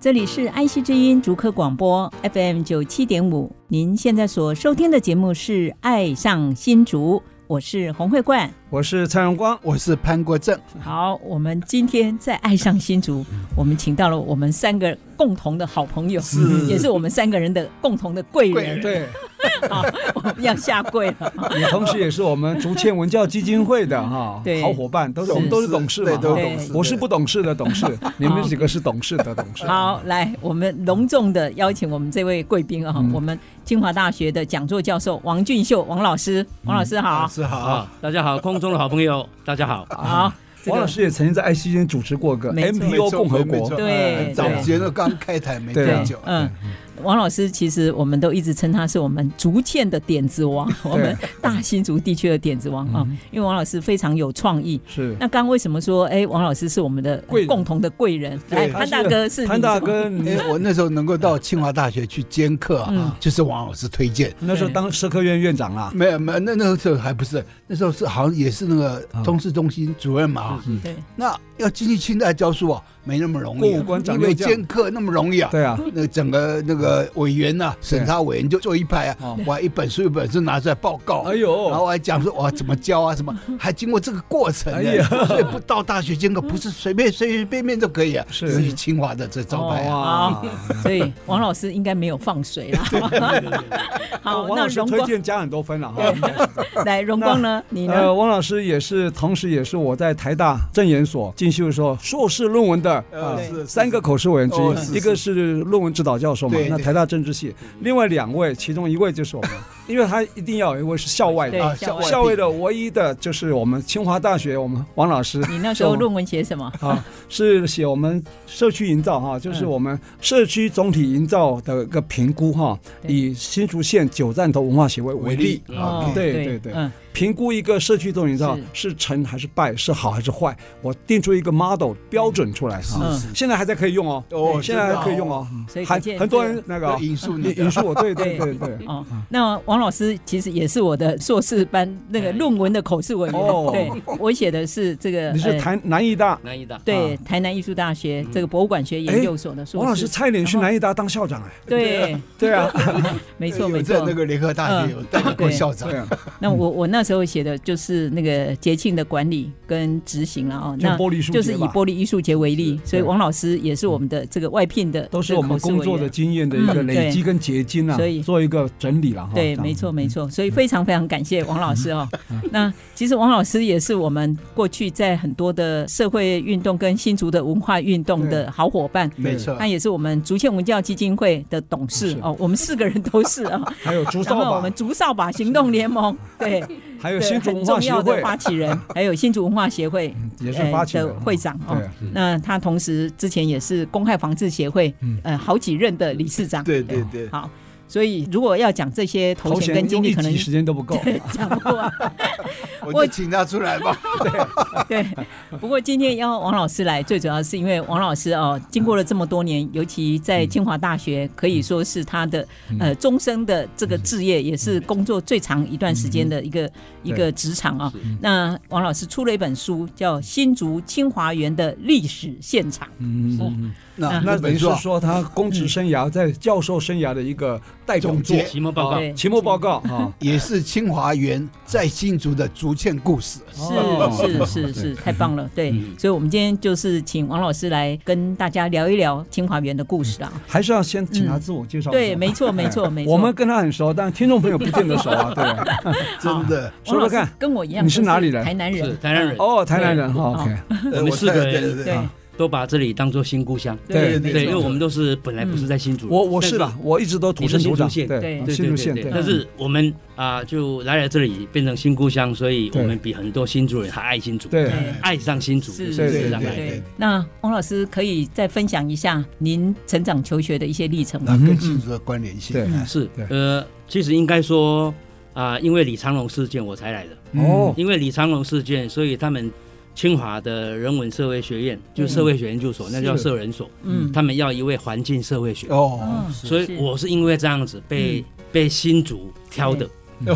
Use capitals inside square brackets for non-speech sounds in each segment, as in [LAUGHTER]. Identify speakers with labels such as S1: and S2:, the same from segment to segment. S1: 这里是爱惜之音逐客广播 FM 九七点五，您现在所收听的节目是《爱上新竹》，我是洪慧冠。
S2: 我是蔡荣光，
S3: 我是潘国正，
S1: 好，我们今天在《爱上新竹》，我们请到了我们三个共同的好朋友，
S2: 是
S1: 也是我们三个人的共同的贵人。
S2: 对，
S1: 好，我们要下跪了。
S2: 也同时也是我们竹堑文教基金会的哈
S1: [LAUGHS] 对
S2: 好伙伴，都是
S1: 是
S2: 我们都是董事嘛，
S3: 对，都
S2: 哈
S3: 是董事。
S2: 我是
S3: 对
S2: 不懂事的
S1: [LAUGHS]
S2: 董事，你们几个是懂事的董事。
S1: 好，来，我们隆重的邀请我们这位贵宾啊，
S2: 嗯
S1: 我们清华大学的讲座教授王俊秀王老
S2: 嗯
S1: 师，王老师好，
S3: 是好，
S4: 啊，大家好，空中的好朋友，大家好。
S1: 好， [LAUGHS] 这个
S2: 啊王老师也曾经在爱惜间主持过个
S1: 没错
S2: MPO
S3: 没错
S2: 共和
S3: 没
S2: 国哎
S3: 错，
S1: 对
S3: 很哎早
S1: 对
S3: 节目刚开台没
S2: 对
S3: 多
S2: 啊
S3: 久，
S1: 嗯，王老师其实我们都一直称他是我们竹堑的点子
S2: [LAUGHS]
S1: 王，我们大新竹地区的点子王啊、
S2: 嗯
S1: 因为王老师非常有创意。
S2: 是
S1: 那刚为什么说，哎，王老师是我们的
S2: 贵人
S1: 共同的贵人？
S3: 对
S1: 哎，
S3: 他
S1: 潘大哥是
S2: 潘
S1: 你
S2: 大
S1: 怎么，
S2: 哥，你
S3: 哎，我那时候能够到清华大学去兼课
S1: 嗯
S3: 啊，就是王老师推荐。
S2: 那时候当社科院院长啊啦，
S3: 没有没有，那那个时候还不是，那时候是好像也是那个通识中心主任嘛啊。
S1: 对，
S3: 那要进去清大教书啊，没那么容易啊，
S2: 过五关斩
S3: 因
S2: 六
S3: 为
S2: 将
S3: 兼课那么容易啊。
S2: 对啊，
S3: 那整个那个委员呐、审查委员就坐一排啊
S2: 哦，
S3: 我还一本书一本书拿出来报告，
S2: 哎
S3: 然后
S2: 呦，
S3: 我还讲说哇怎么教啊
S2: [LAUGHS]
S3: 什么，还经过这个过程
S2: 哎
S3: 的，
S2: 呀
S3: 所以不到大学兼课不是随便随随便便都可以啊，
S2: 是
S3: 这清华的这招牌啊。
S2: 哇
S1: 好，所以王老师应该没有放水
S2: [LAUGHS]
S1: 啦。 [LAUGHS] 好，
S2: 哦王
S1: 那
S2: 老师
S1: 荣
S2: 推
S1: 光
S2: 荐加很多分了哈。
S1: [LAUGHS] 来，荣光
S2: [LAUGHS]
S1: 呢？你呢
S2: 呃，？汪老师也是，同时也是我在台大政研所进修的时候硕士论文的
S3: 呃
S2: 呃
S3: 是是
S2: 三个口试委员之
S3: 哦
S2: 一，
S3: 是是
S2: 一个是论文指导教授嘛
S3: 对，
S2: 那
S3: 对嗯
S2: 台大政治系，另外两位，其中一位就是
S3: [LAUGHS]
S2: 我们，因为他一定要有一位是校外
S1: 对
S2: 的，
S3: 啊，
S1: 校外
S2: 哦哎校外
S3: 的
S2: 的唯一的就是我们清华大学我们王老师，
S1: 你那时候
S2: 是我
S1: 论文写什么？
S2: 啊，是写我们社区营造哈，就是我们社区总体营造的一个评估哈，
S1: 对
S2: 以新竹县九站头文化协会为例，嗯
S3: 啊
S1: 哦，
S2: 对
S1: 对
S2: 对对
S1: 嗯，
S2: 评估一个社区总体营造是成还是败，是好还是坏，我定出一个 model 标准出来哈。
S1: 嗯
S3: 是
S2: 现在还在可以用哦，
S3: 哦
S2: 现在还可以用哦，
S1: 所以可
S2: 还
S1: 见
S2: 很多
S1: 这
S2: 人那个
S3: 对引述你
S2: 引引述我，对对
S1: 对
S2: 对对。
S1: 哦，那王老师其实也是我的硕士班那个论文的口试委员，
S2: 哎哦
S1: 对我写的是这个，
S2: [LAUGHS] 你是
S1: 呃
S2: 台南艺大，
S4: 南医大，
S1: 对
S2: 啊嗯哎
S1: 台南艺术大学这个博物馆学研究所的硕士，
S2: 王老师差一点去
S1: 然后
S2: 南艺大当校长哎，
S1: 对，
S2: 对
S1: [LAUGHS]
S2: 啊，
S1: 没错没
S3: 有在
S1: 错
S3: 那。个联合大学有担任过
S1: 对
S3: 校长
S2: 嗯对，啊，
S1: 那我我那时候写的就是那个节庆的管理跟执行了哦，
S2: 就
S1: 那
S2: 玻璃书
S1: 就是
S2: 节
S1: 以
S2: 吧
S1: 玻璃艺术节为例，
S2: 是
S1: 所以
S2: 对
S1: 王老师也是我们的这个外聘的，
S2: 都是我们工作的。经验的一个
S1: 嗯
S2: 累积跟结晶啊，
S1: 对所以
S2: 做一个整理了哈。
S1: 对，
S2: 哦这样嗯
S1: 没错，没错，所以非常非常感谢王老
S2: [LAUGHS]
S1: 师哦。那其实王老师也是我们过去在很多的社会运动跟新竹的文化运动的好伙伴，
S3: 没错
S1: 他。也是我们竹堑文教基金会的董事
S2: 嗯是
S1: 哦，我们四个人都是啊。
S2: 还有 [LAUGHS] 竹
S1: 然
S2: 扫
S1: 后我
S2: 把
S1: 们，竹扫把行动联盟，
S2: [LAUGHS]
S1: 对，
S2: 还有
S1: 对，
S2: 新竹
S1: 很
S2: 文化
S1: 重
S2: 协
S1: 要的
S2: 会，
S1: 发起人，还有新竹文化协会
S2: 也是
S1: 呃
S2: 发起人啊
S1: 的会长哦
S2: 对。
S1: 那他同时之前也是公害防治协会
S2: 嗯
S1: 呃好几任的理事长，哦
S3: 对对对，
S1: 好，所以如果要讲这些头
S2: 头
S1: 衔
S2: 衔
S1: 跟经
S2: 用
S1: 历，
S2: 一
S1: 可能
S2: 集时间都不够。啊
S1: 讲不
S2: [LAUGHS]
S1: 完。
S3: 我
S1: 我
S3: 就请他出来吧。
S1: 对，不过今天邀王老师来，最主要是因为王老师哦，经过了这么多年，尤其
S2: 嗯
S1: 在清华大学，可以说是他的呃终生的这
S2: 嗯
S1: 个置业，也是工作最长一段时间的一个一个职场啊。
S2: 嗯
S1: 那王老师出了一本书，叫《新竹清华园的历史现场》。
S2: 嗯，嗯
S3: 那
S2: 嗯那等
S3: 本
S2: 于
S3: 书
S2: 是
S3: 啊
S2: 说他公职生涯在教授生涯的一个代表
S3: 总
S2: 作
S3: 结
S4: 期末报告
S1: 对
S2: 期末报告啊，
S3: 也是清华园在新竹族的竹堑故事。
S2: 哦
S1: 是是是是，太棒了，对，
S2: 嗯
S1: 所以我们今天就是请王老师来跟大家聊一聊清华园的故事啊。
S2: 还是要先请他自我介绍一下。
S1: 对，没错没错没错。
S2: 嗯我们跟他很熟，但听众朋友不见得熟
S1: [LAUGHS]
S2: 啊，对吧？
S3: 真的，
S1: 王老
S2: 说说
S1: 师
S2: 看
S1: 跟我一样，
S2: 你是
S1: 都
S2: 哪里人
S1: 台南
S4: 是
S1: 人，
S4: 台南人，
S2: 哦，台南人哈，OK，
S1: 嗯
S4: 我们四个
S3: 对对
S4: 人
S3: 对
S1: 对
S2: 啊
S4: 都把这里当做新故乡。
S1: 对
S3: 对
S4: 对，因为
S1: 没
S4: 我
S1: 错
S4: 们都是本来不是在新竹，
S2: 嗯我我
S4: 但
S2: 是吧，我一直都土生土长，
S4: 你是新竹县
S2: 对，
S4: 对
S2: 新
S4: 对
S2: 竹
S4: 对
S2: 县，
S4: 对，
S2: 对，
S4: 但是我们啊，就来了这里变成新故乡，所以我
S2: 对
S4: 们比很多新竹人还爱新竹，
S2: 对
S4: 爱上新竹，
S1: 是
S4: 就是
S2: 对对
S4: 这样
S3: 对
S4: 来的。
S3: 对
S1: 那王老师可以再分享一下您成长求学的一些历程
S3: 那
S1: 吗？
S3: 跟新竹的关联性
S2: 对
S3: 啊
S4: 是
S2: 对，
S4: 呃，其实应该说啊，因为李长龙事件我才来的，
S2: 哦，
S4: 因为李长龙事件，所以他们清华的人文社会学院，就
S1: 嗯
S4: 社会学研究所，那叫
S2: 是
S4: 社人所，
S1: 嗯
S4: 他们要一位环境社会学，
S3: 哦，
S1: 嗯，
S4: 所以
S1: 是
S4: 我是因为这样子被被新竹挑的，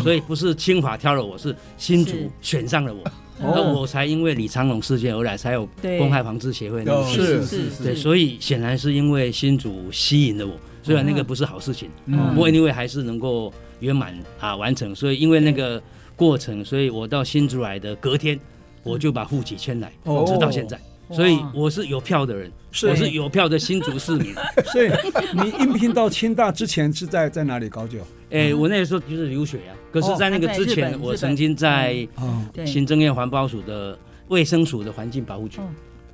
S4: 所以不是清华挑了我，是新
S1: 嗯是
S4: 竹选上了我，
S1: 嗯
S4: 那
S2: 哦
S4: 我才因为李长龙事件而来，才有
S1: 对
S4: 公害防治协会那个
S3: 哦
S4: 事情。
S2: 是
S1: 嗯是
S4: 对，所以显然是因为新竹吸引了我，虽然那个不是好事情，
S1: 嗯
S4: 不过因为还是能够圆满啊完成，所以因为那个过程，所以我到新竹来的隔天，我就把户籍迁来，
S2: 哦
S4: 直到现在。
S1: 哇
S4: 所以我是有票的人，
S2: 是
S4: 我是有票的新竹市民。
S2: 所以你应聘到清大之前是在在哪里高就？
S4: 哎，我那时候就是留学啊，可是，在那个之
S1: 哦他在日
S4: 前，
S1: 本
S4: 我曾经在
S2: 啊，
S1: 对
S4: 行政院环保署的卫生署的环境保护局，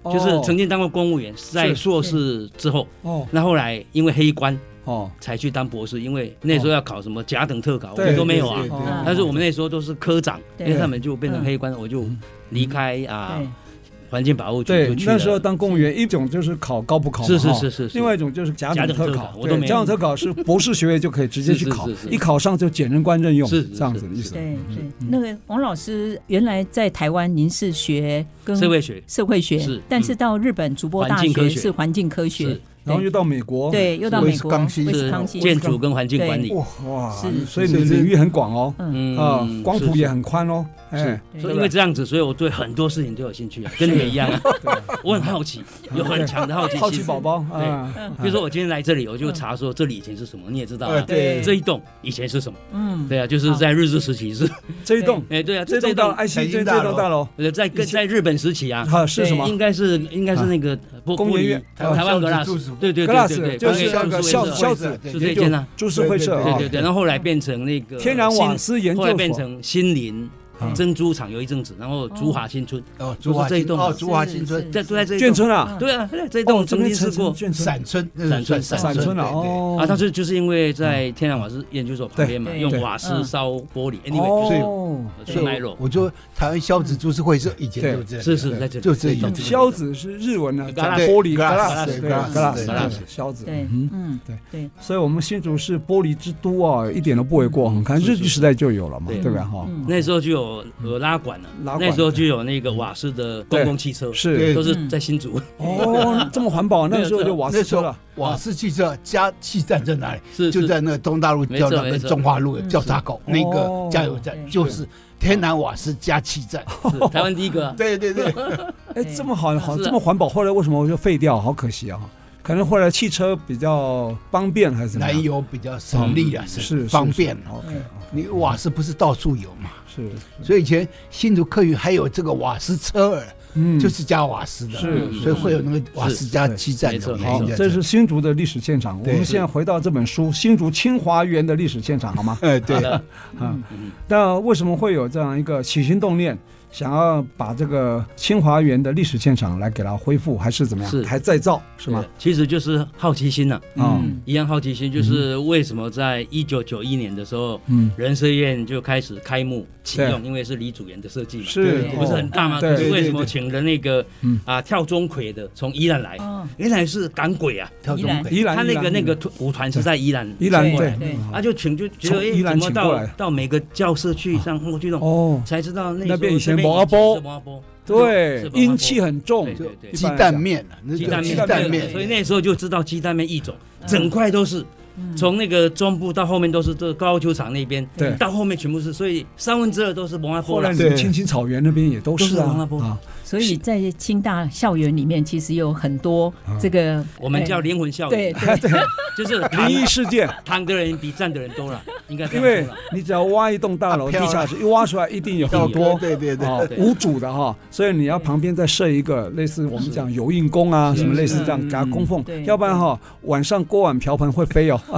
S2: 哦
S4: 就是曾经当过公务员，在
S2: 是
S4: 硕士之后，
S2: 哦
S4: 那后来因为黑官
S2: 哦
S4: 才去当博士，因为那时候要考什么甲等特考，我
S2: 对
S4: 们都没有啊
S3: 对。
S2: 哦
S1: 嗯
S4: 但是我们那时候都是科长，
S1: 对嗯
S4: 因为他们就变成黑官，我就离开啊
S1: 对
S4: 环境保护局就
S2: 对，
S4: 去了。
S2: 那时候当公务员，一种就是考高补考嘛，哦
S4: 是是
S2: 哈
S4: 是是是
S2: 另外一种就是甲
S4: 甲
S2: 等
S4: 等
S2: 特
S4: 特
S2: 考
S4: 考，我都
S2: 对，
S4: 没
S2: 甲等
S4: 有
S2: 特考
S4: [LAUGHS]
S2: 是博士学位就可以直接去考
S4: 是是是，是
S2: 一考上就检任官任用，
S4: 是是是
S2: 这样子的意思。
S1: 对对，
S2: 嗯
S1: 那个王老师原来在台湾您是学跟
S4: 社会学
S1: 社会学，
S4: 是嗯
S1: 但是到日本筑波大
S4: 环境
S1: 学
S4: 科学
S1: 是环境科学
S4: 是，
S2: 然后又到美国，
S1: 对，又到美国
S3: 威斯康星
S1: 威斯
S4: 是
S1: 康星
S4: 建筑跟环境管理。
S3: 哇
S2: 哇
S1: 是，
S2: 所以你的领域很广哦，
S4: 嗯
S2: 啊，光谱也。很宽哦，
S4: 是
S2: 哎，
S4: 是是所以因为这样子，所以我对很多事情都有兴趣啊，跟你们一样啊。 [LAUGHS] 我很
S2: [LAUGHS]
S4: 好奇，有很强的好奇心。
S2: 好奇宝宝
S4: 对
S2: 啊，
S4: 比如说我今天来这里，我就查说这里以前是什么，你也知道啊
S3: 哎。
S1: 对
S4: 这一栋以前是什么？
S1: 嗯，
S4: 对啊，就是在日治时
S2: [LAUGHS]
S4: 期是。
S2: 这一栋，
S4: 哎，对啊，
S2: 这
S4: 这
S2: 栋
S4: 一
S2: 大
S4: 栋
S2: 爱
S3: 北
S2: 心
S3: 京
S2: 这
S3: 大楼
S2: 栋大楼，
S4: 呃，在跟在日本时期啊，
S2: 啊是什么？
S4: 应该是应该是那个呃不
S2: 工
S4: 不
S2: 业
S4: 一
S2: 院
S4: 台台湾格拉斯
S3: 啊，
S4: 对对
S2: 格
S4: 对
S2: 拉
S4: 对
S2: 斯
S4: 对，
S2: 就是
S4: 工业
S2: 那个
S4: 建筑
S2: 校
S4: 是
S2: 校址，
S4: 是这间啊，
S2: 株式会社
S4: 对
S2: 啊
S4: 对，对，然后后来变成那个
S2: 天然瓦斯研
S4: 新后来
S2: 究
S4: 变
S2: 所，
S4: 成新林
S2: 啊
S4: 珍珠厂有一阵子，然后竹华新村，
S3: 哦，竹华
S4: 就是这一
S3: 新
S4: 栋啊
S3: 哦，竹华新村、
S4: 在都在这一栋
S2: 眷，村啊，
S4: 对啊，对啊这一栋
S2: 哦这
S4: 曾
S2: 边
S4: 经是过
S2: 眷村，
S3: 闪村、
S4: 闪村
S2: 闪村啊，，哦，
S4: 啊，但是就是因为在天然瓦斯研究所旁边嘛，
S1: 对
S4: 用
S2: 对
S4: 瓦斯
S1: 嗯
S4: 烧玻璃，anyway，就是
S2: 哦，
S4: 呃
S3: 对
S4: 去
S3: 对
S4: 脉
S3: 对所以
S4: 络，
S3: 我就台湾消子株式会社以前就这样，
S4: 是是在这里，
S3: 就这一栋
S4: 这里
S2: 硝子是日文的，
S4: 格拉
S2: 讲
S4: 斯
S2: 玻璃
S3: 格拉
S2: 斯，
S3: 斯
S2: 对
S3: 格拉斯
S2: 格拉
S3: 对
S4: 格拉
S2: 斯
S4: 斯
S2: 对，硝子，
S1: 对，
S2: 嗯。
S1: 嗯，
S2: 对
S1: 对，
S2: 所以，我们新竹是玻璃之都啊，一点都不为过。
S3: 嗯
S2: 你看，日据时代就有了嘛，
S4: 对
S2: 对吧？哈，
S1: 嗯
S4: 那时候就有有拉管了
S2: 拉，管
S4: 那时候就有那个瓦斯的公共汽车，
S2: 是
S3: 对嗯
S4: 都是在新竹，
S2: 哦，这么环保，那个时候就瓦
S3: 那
S2: 斯
S3: 时
S2: 车
S3: 候
S2: 了。
S3: 瓦斯汽车加气站在哪里？
S4: [LAUGHS] 是
S3: 就是在那个东大路交叉
S4: 没错没
S3: 跟
S4: 错
S3: 中华路
S1: 嗯
S3: 交叉口那
S2: 哦
S3: 个加油站
S1: 对，
S3: 就是天然瓦斯加气
S2: [LAUGHS]
S3: 站。
S4: 是台湾第一个啊，
S3: 对对对，
S2: 哎，这么好，好，
S4: 是啊
S2: 这么环保，后来为什么我就废掉？好可惜啊！可能后来汽车比较方便还是怎么
S3: 燃
S2: 样？
S3: 油比较省力啊，
S2: 嗯是
S3: 省
S2: 是
S3: 方便
S2: 是
S3: 啊。
S2: OK，
S3: 你瓦斯不是到处有嘛？
S2: 是，
S3: 所以以前新竹客运还有这个瓦斯车儿，
S2: 嗯
S3: 就是加瓦斯的，
S2: 是
S3: 所以会有那个瓦斯加气站
S4: 是
S3: 的
S4: 没
S3: 原
S4: 错
S2: 好
S3: 因，在
S2: 这是新竹的历史现场。我
S3: 对
S2: 们现在回到这本书《新竹清华园的历史现场》，好吗？
S3: 哎对
S4: 好，的
S2: 嗯
S4: 嗯，
S2: 那为什么会有这样一个起心动念，想要把这个清华园的历史现场来给它恢复，还是怎么样？
S4: 是
S2: 还再造是吗
S4: 对？？其实就是好奇心呐、
S2: 啊，
S4: 一样好奇心，就是
S3: 嗯
S4: 为什么在一九九一年的时候，
S2: 嗯，
S4: 人社院就开始开幕启用，
S2: 对
S4: 因为是李祖原的设计嘛，
S2: 是哦
S4: 不是很大吗？
S2: 对
S4: 可是为什
S3: 哦对对
S4: 么
S3: 对
S4: 请了那个
S2: 嗯
S4: 啊跳钟馗的从宜兰来？
S1: 哦，
S4: 原来是赶鬼啊，
S3: 跳
S1: 宜兰
S3: 东北
S2: 宜兰
S4: 他那个
S2: 宜兰
S4: 那个舞团是在宜兰，
S2: 宜兰
S1: 对
S2: 对
S1: 对
S2: 嗯
S4: 啊就请就觉得
S2: 从宜
S4: 哎
S2: 兰请
S4: 怎么
S2: 过
S4: 到
S2: 来
S4: 到每个教室去上我去弄，
S2: 哦，
S4: 才知道那
S2: 那边以前
S4: 摩
S2: 摩阿波
S4: 波
S2: 对，阴气
S4: 很
S2: 很重
S4: 对，对对
S2: 一
S3: 鸡
S2: 般来讲
S3: 蛋面啊，那
S4: 鸡
S3: 叫
S4: 蛋面，
S3: 鸡蛋
S4: 对所以
S3: 面，
S4: 那时候就知道鸡蛋面一种，
S2: 嗯
S4: 整块都是。从那个中部到后面都是这个高尔夫球场那边，
S2: 对
S4: 到后面全部是，所以三分之二都是蒙阿波
S2: 后来
S4: 了
S2: 你。
S3: 对
S2: 们青青草原那边也都是
S4: 都是王
S2: 啊
S4: 阿，波
S2: 啊，
S1: 所以在清大校园里面，其实有很多这个
S4: 我们叫灵魂校
S1: 对
S4: 园，
S1: 对
S4: 就是躺
S2: 灵异事件，
S4: [LAUGHS] 躺的人比站的人多了。应该这
S2: 因
S4: 样
S2: 为
S4: 说了。
S2: 你只要挖一栋大楼，
S3: 啊
S2: 地
S3: 漂亮
S2: 下室一挖出来，一定有
S4: 要
S2: 很多
S3: 对对对，
S2: 哦
S4: 对
S2: 无主的哈，所以你要旁边再设一个类似我们讲游印宫啊，
S4: 是
S2: 什么类似这样
S4: 嗯
S2: 给它供奉
S1: 对，
S2: 要不然哈晚上锅碗瓢盆会飞哦。
S4: [LAUGHS]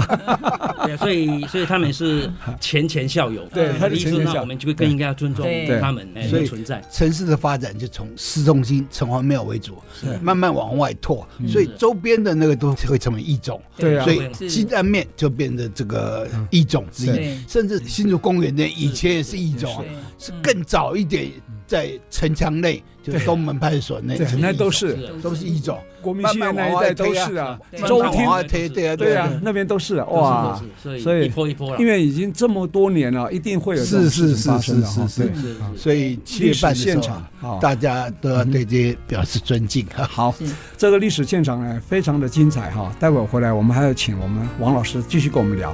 S4: 对，所以所以他们是前前校友，
S2: 对
S4: 啊
S2: 他是
S4: 意思
S2: 前前校
S4: 那我们就更应该要尊重
S1: 对
S4: 他们哎
S3: 所以
S4: 的存在。
S3: 城市的发展就从市中心城隍庙为主，慢慢往外拓，所以周边的那个都会成为一种，
S2: 对啊
S3: 所
S4: 是
S3: 以鸡蛋面就变成这个一种之
S1: 对
S3: 一，甚至新竹公园的以前也是一种啊，
S1: 是
S3: 是更早一点在城墙内，就是东门派出所内
S2: 对，，那都是
S4: 是
S3: 都是一种，
S2: 国民戏院那一带都是啊，
S1: 慢慢
S2: 周
S1: 往
S2: 天
S3: 外推对啊
S2: 对啊，那边都是啊哇。
S4: 所以
S2: 所以
S4: 一波一波了，
S2: 因为已经这么多年了，一定会有这种
S3: 是
S2: 事
S3: 是
S2: 情发生的哈。
S3: 是是
S2: 对
S3: 是
S4: 是是
S3: 所以七
S2: 历
S3: 月半
S2: 史
S3: 的时
S2: 现
S3: 候
S2: 场
S3: 啊，
S2: 啊，
S3: 大家都要对这些表示尊敬啊。
S2: 好，这个历史现场呢非常的精彩哈。待会儿回来我们还要请我们王老师继续跟我们聊。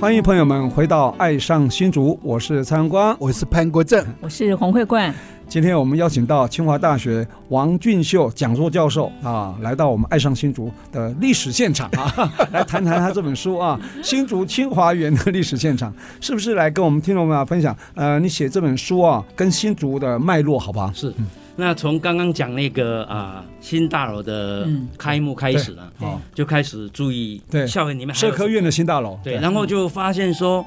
S2: 欢迎朋友们回到《爱上新竹》，我是蔡阳光。
S3: 我是潘国正，
S1: 我是黄慧冠，
S2: 今天我们邀请到清华大学王俊秀讲座教授啊，来到我们《爱上新竹》的历史现场啊， [LAUGHS] 来谈谈他这本书啊，《新竹清华园的历史现场》，是不是来跟我们听众们啊分享？呃，你写这本书啊，跟新竹的脉络好不好？
S4: 是。那从刚刚讲那个啊、新大楼的
S1: 嗯
S4: 开幕开始呢，
S2: 哦，
S4: 就开始注意
S2: 对
S4: 校园里面还
S2: 社
S4: 有
S2: 科院的新大楼，
S4: 对，然后就发现说，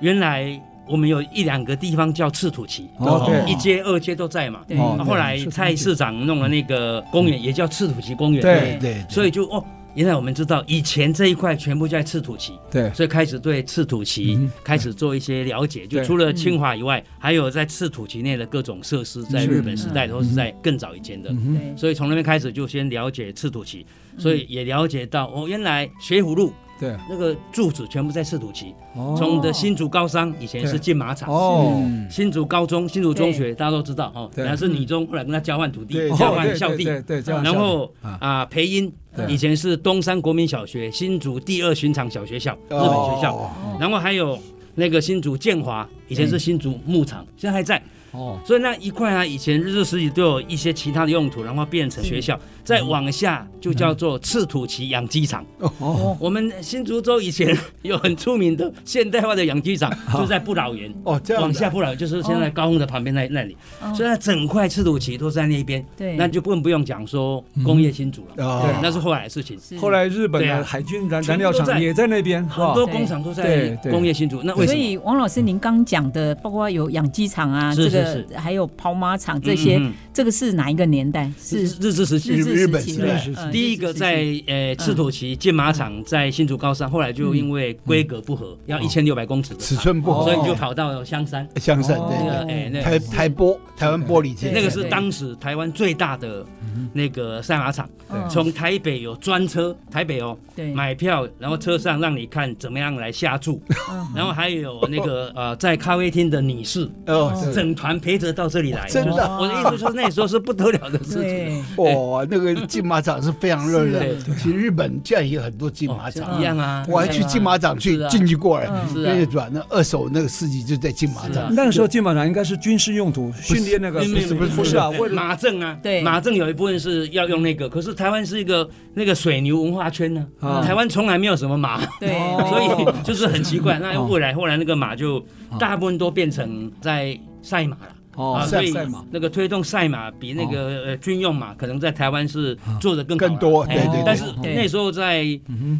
S4: 原来我们有一两个地方叫赤土旗，
S2: 哦对
S4: 一街二街都在嘛。
S1: 对
S2: 哦
S4: 那后来蔡市长弄了那个公园，也叫赤土旗公园，
S2: 嗯对
S3: 对对，
S4: 所以就哦，原来我们知道以前这一块全部在赤土旗，
S2: 对
S4: 所以开始对赤土旗
S2: 嗯
S4: 开始做一些了解，就
S2: 对
S4: 除了清华以外，还有在赤土旗内的各种设施，在
S2: 是
S4: 日本时代都是在更早以前的，
S2: 嗯
S1: 对，
S4: 所以从那边开始就先了解赤土旗，所以也了解到哦，原来学府路
S2: 哼，对，
S4: 那个住址全部在赤土旗，
S2: 哦
S4: 从我们的新竹高商以前是进马场。
S2: 哦，
S4: 新竹高中、新竹中学，大家都知道哦，
S2: 对
S4: 原来是女中，后来跟他交换土地
S3: 对、
S4: 交
S2: 哦
S4: 换
S2: 对
S4: 校
S2: 对
S4: 地，
S2: 对对，这样
S4: 然后
S2: 啊
S4: 啊，培英
S2: 对
S4: 以前是东山国民小学、新竹第二巡场小学校，日本学校，
S3: 哦
S4: 然后还有那个新竹建华，以前是新竹牧场，现在还在。
S2: 哦，
S4: 所以那一块啊，以前日治时期都有一些其他的用途，然后变成学校。再往下就叫做赤土旗养鸡场。
S2: 哦，
S4: 我们新竹州以前 [LAUGHS] 有很出名的现代化的养鸡场，就在不老园。
S3: 哦，这样
S4: 往
S3: 子
S4: 下不老园就是现在高雄的旁边那那里，所以它整块赤土旗都在那边。
S1: 对，
S4: 那就更不用讲说工业新竹了，
S2: 嗯
S3: 哦
S4: 那是后来的事情。
S1: 是
S2: 后来日本
S4: 对
S2: 的
S4: 啊
S2: 海军燃燃
S4: 全部
S2: 料
S4: 都
S2: 厂
S4: 在
S2: 也在那边，是吧
S4: 很多工厂都在
S2: 对对
S4: 工业新竹，那为什
S1: 所
S4: 么？
S1: 以王老师，您刚讲的，包括有养鸡场啊，
S4: 是
S1: 这
S4: 是
S1: 个还有跑马场这
S4: 嗯
S1: 些
S4: 嗯，
S1: 这个是哪一个年代？
S4: 日
S1: 是
S4: 日治时期，
S1: 治
S3: 日本
S1: 时期
S3: 时代
S1: 的
S2: 日治时期
S1: 嗯
S4: 第一个在呃赤土旗建马厂在新竹高山，后来就
S1: 嗯
S4: 因为规格不合，要一千六百公
S1: 哦
S4: 尺的
S3: 尺
S4: 厂，
S3: 寸不
S4: 所以
S3: 合，
S4: 你就跑到香山，
S3: 香山
S2: 哦
S4: 那个
S3: 对对，
S4: 哎那
S3: 台
S4: 个
S3: 台玻台湾玻璃街，
S4: 那个是当时台湾最大的那个赛马场，
S1: 嗯
S4: 从台北有专车，台北哦
S1: 对
S4: 买票，然后车上让你看怎么样来下注，
S1: 嗯
S4: 然后还有那个呃在咖啡厅的女士，
S3: 哦，是
S4: 整团陪着到这里来，
S3: 真的
S4: 就是我的意思说那时候是不得了的事情。
S1: 对
S3: 哇，那个进马场是非常热
S4: 是
S3: 闹，其实日本现在也有很多进
S4: 哦
S3: 马
S4: 就
S3: 场
S4: 一。样啊，
S3: 我还去进马场去
S4: 是啊
S3: 进去过哎，
S4: 是啊
S3: 那个转那二手那个司机就在进马
S4: 是啊
S3: 场，
S2: 那个时候基本上应该是军事用途，训练那个
S4: 没有没有
S2: 不
S4: 没有
S2: 不是啊，
S4: 没有
S2: 为了
S4: 马政啊，
S1: 对
S4: 马政有一部分是要用那个，可是台湾是一个那个水牛文化圈呢，
S2: 啊
S4: 台湾从来没有什么马，
S3: 哦
S1: 对，
S4: [LAUGHS] 所以就是很奇怪。那后来后来那个马就
S3: 啊
S4: 大部分都变成在赛马了。
S2: 哦
S4: 啊，
S2: 赛
S4: 所以
S2: 赛马哦
S4: 那个推动赛马比那个呃军用马可能在台湾是做的更好
S3: 更多
S4: 哎
S3: 对对对
S4: 但是
S2: 啊对嗯
S4: 那时候在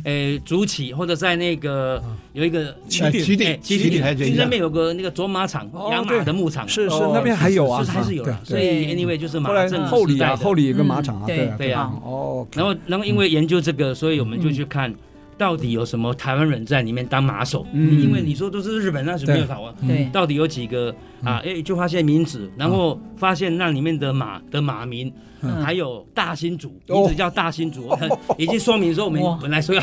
S4: 呃竹崎或者在那个
S2: 啊
S4: 有一个
S2: 起
S3: 哎
S2: 点
S3: 起
S4: 哎
S3: 点
S4: 起
S3: 起
S4: 点
S3: 点还
S4: 金山那
S3: 样
S4: 边有个那个卓马场
S2: 哦
S4: 养
S2: 对
S4: 马的牧场，
S2: 是是
S3: 哦
S2: 那边还有啊，
S4: 是还是有的
S2: 啊，对
S4: 所以 anyway 就是马
S2: 后来
S4: 政
S2: 后里啊，
S4: 啊
S2: 后里有个马场啊，
S1: 嗯
S2: 对啊
S4: 对啊
S2: 哦，嗯
S4: 然后然后因为研究这个，所以我们就去看到底有什么台湾人在里面当马首？
S2: 嗯
S4: 因为你说都是日本，啊那是没有台湾。
S1: 对，
S4: 到底有几个啊？哎，就发现名字，然后发现那里面的马的马名，
S1: 嗯
S4: 还有大新竹，
S2: 哦
S4: 名字叫大新竹，已经说明说我们
S1: 哇
S4: 本来说要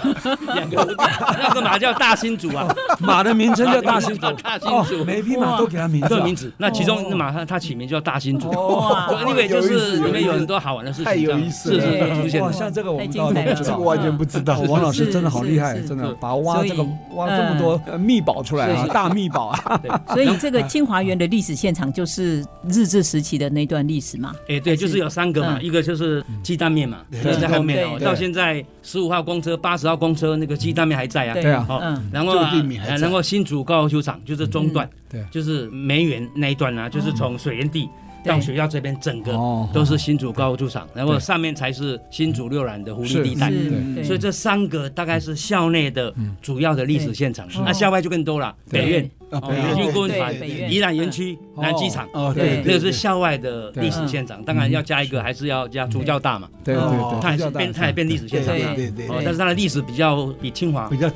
S4: 两个，那个马叫大新竹啊，
S2: 马的名称叫大新竹，
S4: 大新
S2: 哦，
S4: 竹，
S2: 每匹马都给它名字
S4: 这
S2: 啊，
S4: 名字，那其中那马它它起名叫大新竹，
S1: 哇
S4: [LAUGHS] 对因为就
S3: 有意思
S4: 是里面
S3: 有意思
S4: 有很多好玩的事情，
S3: 太有
S4: 这样
S3: 意思
S4: 是是
S1: 了
S4: 是出现
S2: 哇，
S4: 的。
S2: 像这个我们
S1: 太精
S2: 倒是
S1: 彩
S2: 不
S1: 了
S2: 知道
S3: 这个。完全不知道
S2: 哦，王老师
S1: 是
S2: 真的好厉害，
S1: 是
S2: 真的
S4: 是
S2: 把挖这个
S1: 所
S2: 挖这么多呃密宝出来啊，
S4: 是
S2: 大密宝啊！
S4: 对
S1: 所以这个清华园的历史现场就是日治时期的那段历史嘛。
S4: 哎，对，就是有三个嘛，
S1: 嗯
S4: 一个就是鸡蛋面嘛，
S3: 对
S4: 就是在后面哦。
S1: 对
S4: 到现在十五号公车、八十号公车那个鸡蛋面还在啊。
S2: 对啊
S4: 好
S1: 嗯，
S4: 然后啊
S3: 就地米还在
S4: 然后新竹高尔夫球场就是中段，
S2: 对
S4: 就是梅园那一段啊，就是从水源地到
S1: 对
S4: 学校这边，整个
S2: 哦
S4: 都是新竹高尔夫球场，然后
S2: 对
S4: 上面才是新竹六冉的湖滨地带。
S1: 嗯是
S2: 对，
S4: 所以这三个大概是校内的主要的历史现场，
S1: 是
S4: 那校外就更多了，
S2: [LAUGHS] 对
S4: 北院、
S3: 啊
S4: 哦
S3: 北
S4: 园
S3: 院
S4: 区顾问
S1: 对
S4: 团
S1: 北院
S4: 宜兰园区、
S2: 嗯
S4: 南机场。
S3: 哦，
S1: 对
S3: 对，
S4: 那
S3: 对
S4: 个是校外的历史现场，当然要加一个，还是要加主教大嘛，
S2: 对对
S3: 哦
S2: 对，
S4: 它也
S2: 比
S4: 是
S2: 较大
S4: 变，它也变历史现场
S3: 对
S4: 了。
S3: 对对
S4: 哦，
S3: 对，
S4: 但是它的历史比较比清华
S3: 比较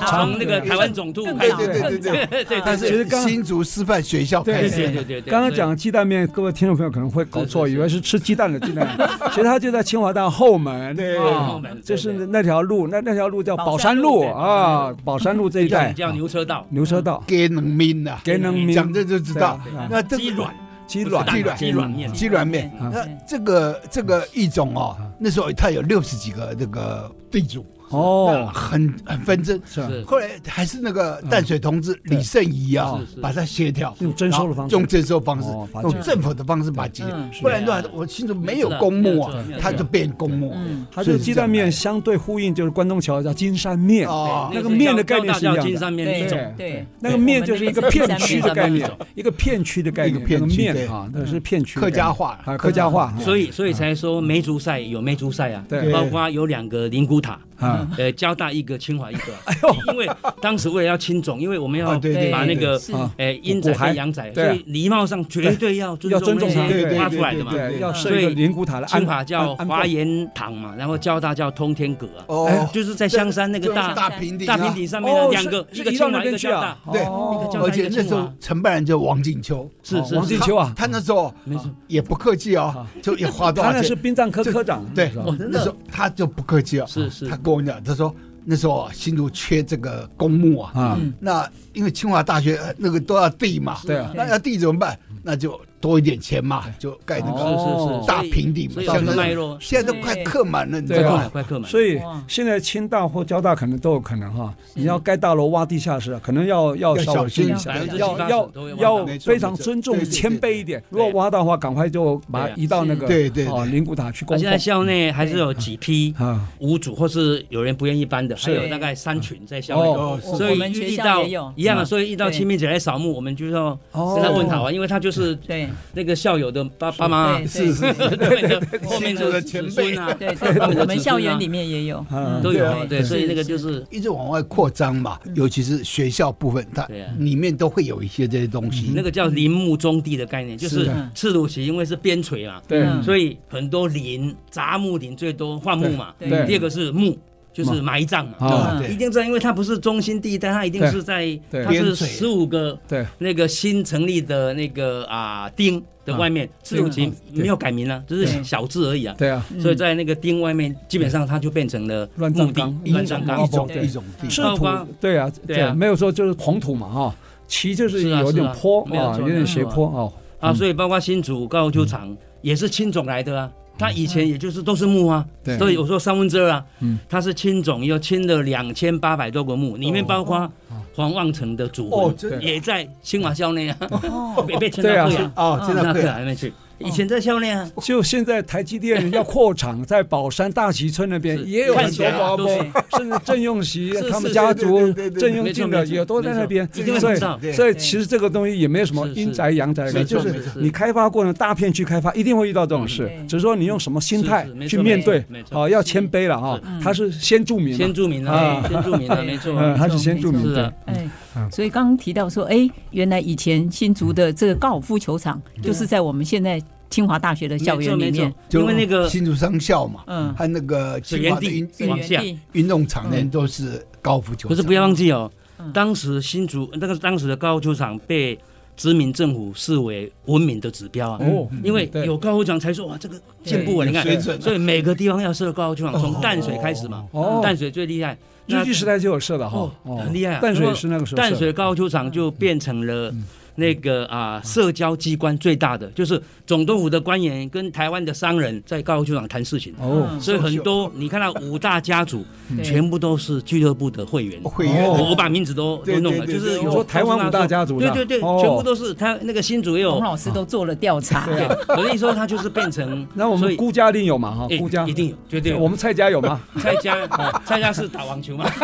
S1: 长
S4: 从那个台湾总督
S1: 更
S4: 开
S3: 对
S4: 始，
S1: 长
S3: 对对对对，
S4: [LAUGHS] 对
S3: 但
S4: 对，但
S3: 是
S4: 是
S2: 其实刚
S3: 新竹师范学校开
S4: 对
S3: 始
S4: 对对对对，
S2: 刚刚讲鸡蛋面，各位听众朋友可能会搞错，
S4: 是是是
S2: 以为是吃鸡蛋的鸡蛋，
S4: [LAUGHS]
S2: 其实它就在清华大后门，
S3: 对
S2: 啊
S4: 后门对对
S2: 就是那条路，那那条路叫宝山
S1: 宝
S2: 路
S1: 山路
S2: 啊，宝山路这一
S4: 一种
S2: 带
S4: 叫牛车道，
S2: 牛车道，
S3: 给能民的，
S2: 给能民
S3: 讲这就知道
S2: 对啊。
S3: 那这
S4: 鸡
S3: 个
S4: 卵
S2: 鸡卵
S3: 鸡卵
S4: 蛋鸡卵面，嗯
S3: 鸡软面，
S2: 啊
S3: 那这个这个一种哦
S2: 啊，
S3: 那时候他有六十几个这个地主，那
S2: 哦，
S3: 很很纷争。
S2: 是啊
S4: 是嗯
S3: 后来还是那个淡水同志李圣仪啊
S4: 是是，
S3: 把它卸掉，
S2: 用征收的方式
S3: 用征收方式
S2: 哦把，它
S3: 用政府的方式把它解决
S1: 嗯，
S3: 不然的话
S4: 是，
S3: 我新竹没有公墓
S4: 没有
S3: 啊
S4: 错没有，错
S3: 它就变公墓。
S1: 嗯，
S2: 它这个鸡蛋面相对呼应就是关东桥叫金山面，
S3: 哦，
S2: 那个面的概念是一样的
S4: 叫金山面的一种，
S1: 对，
S2: 那个面就是一个片区的概念
S4: 我们那边是三面，
S2: 一个片区的概念，
S3: 一个片区
S2: 那面啊，那是片区的概
S3: 客
S2: 念
S3: 家话
S2: 啊，客家话，
S4: 所
S2: 以
S4: 以所以才说梅竹赛有梅竹赛啊，
S2: 对
S4: 包括有两个灵骨塔，
S2: 啊，
S4: 呃，交大一个，清华一个啊，因为当时为了要清总，因为我们要
S3: 啊对对
S4: 把那个
S1: 是
S2: 啊
S4: 呃阴宅
S2: 骨骸
S4: 跟阳宅，
S2: 对啊
S4: 所以礼貌上绝对要
S2: 要尊重
S4: 尊重
S2: 它
S4: 那
S2: 对对
S4: 些挖
S3: 对
S4: 出来的嘛。
S2: 对，
S3: 嗯
S2: 要设一个
S4: 所以
S2: 灵骨塔来安，
S4: 清华叫
S2: 安
S4: 华严堂嘛，
S2: 嗯
S4: 然后交大叫通天阁啊，
S2: 哎
S3: 哦，
S4: 就是在香山那个
S1: 大
S4: 大
S3: 大平顶
S4: 大
S3: 啊，
S4: 平顶上面
S2: 哦
S4: 的，两个，
S2: 是
S4: 一个
S2: 移到
S4: 清
S2: 那
S4: 华一
S2: 边
S4: 个
S2: 去
S4: 交
S2: 啊
S4: 大，，
S3: 对
S2: 哦
S4: 一个交
S3: 而且那时候承办人叫王景秋，
S4: 是是
S2: 王
S4: 是
S2: 进秋啊，
S3: 他那时候
S4: 没错，
S3: 也不客气哦
S2: 啊，
S3: 就也花多
S2: 他
S3: 少
S2: 那是
S3: 钱？
S2: 殡葬科科长，
S3: 对
S2: 是吧
S4: 哦哇，真
S3: 那时
S4: 的
S3: 候他就不客气哦，
S4: 是是
S3: 他跟我讲，他说那时候啊新竹缺这个公墓啊，
S2: 啊，
S3: 那因为清华大学呃那个都要地嘛，
S2: 对啊，
S3: 那要地怎么办？那就多一点钱嘛，就盖那
S2: 哦
S3: 个。
S4: 是是是
S3: 大平顶嘛
S4: 所以
S3: 像
S4: 有
S3: 那种
S4: 脉络，
S3: 现在都快刻满了，你知
S2: 对
S3: 道
S4: 快
S2: 啊
S4: 客
S3: 吗
S4: 满？快客满，
S2: 所以
S1: 哇
S2: 现在清大或交大可能都有可能哈，你要盖大楼挖地下室，可能要要
S3: 要
S2: 稍微
S3: 小心
S2: 注意一下
S3: 一下
S4: 百分之七
S2: 要
S4: 八
S2: 要
S4: 十都会挖啊
S2: 要
S4: 到
S3: 没错
S2: 非常尊重
S3: 没错对对
S2: 谦卑一点，如果挖到的话，赶快就把它移到那个
S3: 对对对
S2: 哦灵骨塔去供
S4: 啊啊现在
S2: 奉
S4: 校内还是有几批
S2: 啊，
S4: 五组，或是有人不愿意搬的，还有
S1: 对
S4: 大概三群在校内。
S2: 嗯哦
S1: 我
S4: 所
S1: 我
S4: 以
S1: 们学
S4: 遇
S1: 校
S4: 到
S1: 也有
S4: 一样
S2: 嗯
S4: 的，所以遇到
S1: 对
S4: 清明节来扫墓，我们就要
S2: 哦
S4: 跟他问好啊，因为他就是
S1: 对
S4: 那个校友的爸爸妈啊
S1: 对，是
S3: 是
S4: [LAUGHS] 对后
S3: 辛
S4: 面
S3: 苦
S4: 的
S3: 的
S4: 子
S3: 前
S4: 孙啊，
S1: 对
S4: [LAUGHS] 后面的子孙啊
S1: 我们校园里面也有，
S2: 嗯
S4: 都有啊，
S1: 对
S4: 对，所以那个就是是
S3: 一直往外扩张嘛，尤其是学校部分，它
S4: 嗯对啊嗯
S3: 里面都会有一些这些东西。
S4: 那个叫林木中地的概念，就是
S3: 是
S1: 啊
S4: 赤土旗，因为是边陲嘛，
S2: 对
S1: 嗯
S4: 所以很多林杂木林最多换木嘛，
S1: 对
S2: 对
S4: 第二个是墓。就是埋葬嘛，
S3: 哦
S2: 啊
S4: 一定在，因为它不是中心地带，它一定
S2: 对
S4: 是在，
S2: 对
S4: 它是
S3: 边陲
S4: 十五个
S2: 对
S4: 那个新成立的那个啊町的外面，赤土旗
S2: 对
S4: 没有改名啊，只
S1: 对
S4: 是小字而已啊。
S2: 对啊，
S1: 嗯
S4: 所以在那个町外面，基本上它就变成了
S2: 乱
S4: 墓
S2: 葬
S4: 地
S2: 岗，哦
S4: 乱葬岗
S3: 一。种
S2: 对
S3: 一种地
S2: 赤土
S4: 包括
S2: 对啊
S4: 对啊
S2: 没有说就是红土嘛哈，旗就是
S4: 是啊
S2: 有点
S4: 是啊
S2: 坡
S4: 没有
S2: 啊，有
S4: 错
S2: 点斜坡啊，
S4: 啊，所以包括新竹高尔夫球
S2: 嗯
S4: 场也是青种来的啊。它以前也就是都是木啊
S2: 对，
S4: 所以我说三分之二啊
S2: 嗯，哦
S4: 它是青种，又清了两千八百多个墓，里面包括黄望城的祖
S3: 哦
S4: 坟
S3: 真
S2: 的
S4: 也在清华校内啊，
S1: 哦，
S4: [LAUGHS] 被被迁到
S2: 对啊
S4: 贵阳，
S3: 哦，真的
S4: [LAUGHS] 那
S3: 会
S4: 贵阳那边去，以前在校内啊，
S2: [LAUGHS] 就现在台积电要扩厂，在宝山大旗村那边
S4: 是
S2: 也有很
S4: 看起
S2: 多
S4: 来啊
S2: 宝
S4: 都是
S2: 宝，甚至郑用锡
S4: [LAUGHS] 是是
S2: 他们
S4: 是
S2: 家
S3: 对
S2: 族
S3: 对对对
S2: 郑用
S4: 没错
S2: 进的
S4: 没错
S2: 也都在那边，
S4: 没错一定会
S2: 所以
S4: 知道
S3: 对
S2: 所以其实这个东西也没有什么
S4: 是是
S2: 阴宅阳宅的，
S4: 没
S2: 就
S4: 错
S2: 是
S4: 没错
S2: 你开发过程大片区开发一定会遇到这种事
S1: 嗯，
S2: 只是说你用什么心态
S4: 是是没
S2: 去
S4: 错
S2: 面对
S4: 没，错嗯
S2: 啊，要谦卑了啊，他是先著名
S4: 先
S2: 了，
S4: 住民啊，
S2: 啊
S4: 先住 [LAUGHS] 民啊，没错
S2: 嗯，
S4: 啊，
S2: 他是先
S1: 没
S2: 著
S1: 错
S2: 名
S4: 是
S2: 的
S4: 啊，，
S1: 哎
S2: 嗯，
S1: 所以刚刚提到说，哎，原来以前新竹的这个高尔夫球场就是在我们现在。清华大学的校园里
S4: 嗯没错
S1: 面
S4: 没，错因为那个
S3: 新竹商校嘛，
S1: 嗯
S3: 和那个
S4: 水
S3: 清华的
S4: 源地
S3: 运
S1: 水
S3: 运
S4: 往
S1: 源
S4: 下
S1: 地
S3: 运动场那都是高尔夫球场，
S4: 可是不要忘记哦
S1: 嗯，
S4: 当时新竹那个当时的高尔夫球场被殖民政府视为文明的指标啊，
S2: 哦
S4: 因为
S2: 对
S4: 有高尔夫球场才说哇这个进步啊，你看，
S3: 水准啊
S4: 所以每个地方要设高尔夫球场，从淡水开始嘛，
S2: 哦，
S4: 淡水最厉害，那
S2: 日据时代就有设了哈，
S4: 嗯哦很厉害啊
S2: 淡水也是那个时候设的
S4: 淡水高尔夫球
S2: 嗯
S4: 场就变成了。那个啊，社交机关最大的就是总统府的官员跟台湾的商人在高尔夫球场谈事情，
S1: 嗯
S2: 哦，
S4: 所以很多你看到五大家族
S1: 对
S4: 全部都是俱乐部的会员，
S3: 会员
S2: 哦
S4: 我我把名字都
S3: 对
S4: 都弄了，
S3: 对
S4: 就
S3: 对
S4: 是
S3: 对
S4: 有
S2: 你说台湾五大家族的
S4: 对对对，
S2: 哦
S4: 全部都是他那个新竹也有
S1: 王，老师都做了调查，
S4: 对，我的意思说他就是变成
S2: 啊 [LAUGHS] ，那我
S4: 嗯所
S2: 们
S4: 以
S2: 孤家一定有嘛哈，哦
S4: 哎
S2: 孤家
S4: 一定有，绝对
S2: 我
S4: 有。
S2: 们蔡家有吗？
S4: 蔡家，哦蔡家是打网球嘛？
S2: [LAUGHS]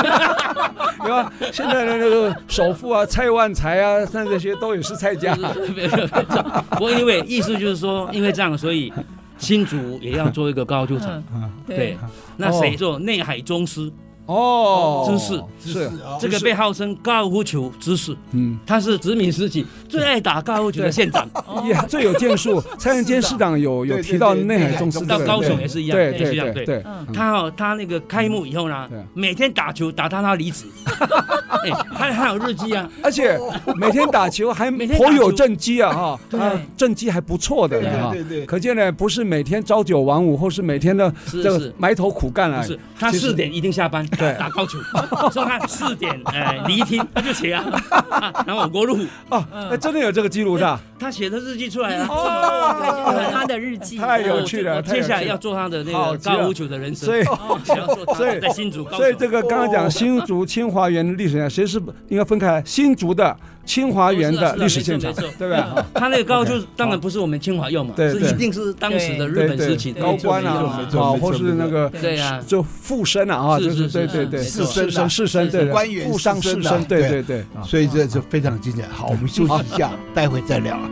S2: 对吧？现在的那个首富啊，蔡万才啊，像这些都也是蔡
S4: [LAUGHS]
S2: 家。
S4: 没有没有没有不过因为意思就是说，因为这样，所以新竹也要做一个高尔夫球场
S1: 嗯。
S4: 对，，那谁做内海宗师？
S2: 哦，
S4: 真是
S2: 是，
S3: 哦
S4: 这个被号称高尔夫球之士，
S2: 嗯，
S4: 他是殖民时期最爱打高尔夫球的县长，
S2: 呀，最有建
S4: [LAUGHS]
S2: 树。蔡元坚市长有有
S3: 对对
S2: 提到
S3: 对
S2: 内海
S3: 内海
S2: 宗
S3: 宗
S2: 师
S3: 师
S2: 这
S4: 到
S2: 个
S4: 高
S2: 人
S4: 雄也是一样，
S2: 对
S4: 也是一样，
S2: 对对
S4: 对。
S2: 对，
S1: 嗯
S2: 嗯
S4: 他哦，他那个开幕以后呢
S2: 对，
S4: 每天打球打到他离
S2: [LAUGHS]
S4: 职，哎，他还有日记啊，
S2: 而且每天打球还
S4: [LAUGHS] 每天打
S2: 颇
S4: 球
S2: 有政绩啊哈，啊，政绩还不错的
S3: 对
S2: 呢哈。
S3: 对对对，
S2: 可见呢，不是每天朝九晚五，或是每天的
S4: 是
S2: 这
S4: 是
S2: 个。埋头苦干啊
S4: 不。是，他
S2: 其实
S4: 四点一定下班，
S2: 对
S4: 打高球，说他四点呃离厅，他就写啊，啊然后我国路，
S2: 哦，
S4: 嗯
S2: 那真的有这个记录的
S4: [LAUGHS]
S2: 啊。
S4: 他写的日记出来啊，
S1: 这是
S2: 哦，
S1: 他的日
S4: [LAUGHS]
S1: 记，
S2: 太有趣了
S4: 我我
S2: 太有趣了
S4: 接下来要做他的那
S2: 好
S4: 个
S2: 极了
S4: 高尔夫球的人生，
S2: [LAUGHS] 所以
S4: 哦想要做他
S2: 所以
S4: 在新竹高哦
S2: 所以
S4: 球，
S2: 这个刚刚讲新竹清华园的历史现场， [LAUGHS] 其实是应该分开来，新竹的清华园的历史现场，
S4: 哦是啊是啊没错
S2: 对不对？哈
S4: 他那个高
S2: OK，
S4: 就当然不是我们清华用嘛，
S2: 对
S4: 是
S2: 对
S4: 一定是当时的日
S2: 哦对
S4: 本
S2: 对
S4: 时期的
S2: 高官
S3: 没
S2: 啊 [LAUGHS]
S3: 错没，错
S2: 啊，
S3: 没错
S2: 或是那个
S4: 对啊，
S2: 就附身啊，啊，
S4: 是
S2: 就是
S4: 是
S2: 对对
S4: 是
S2: 对，
S4: 没
S2: 士
S4: 错
S2: 绅
S3: 士绅
S2: 绅
S3: 啊
S2: 士绅，对
S3: 官员
S2: 对，附上
S3: 士
S2: 士
S3: 绅啊
S2: 绅，对对
S3: 对
S2: 对啊。
S3: 所以这是非常精彩。好，我们休息一下，待会再聊啊。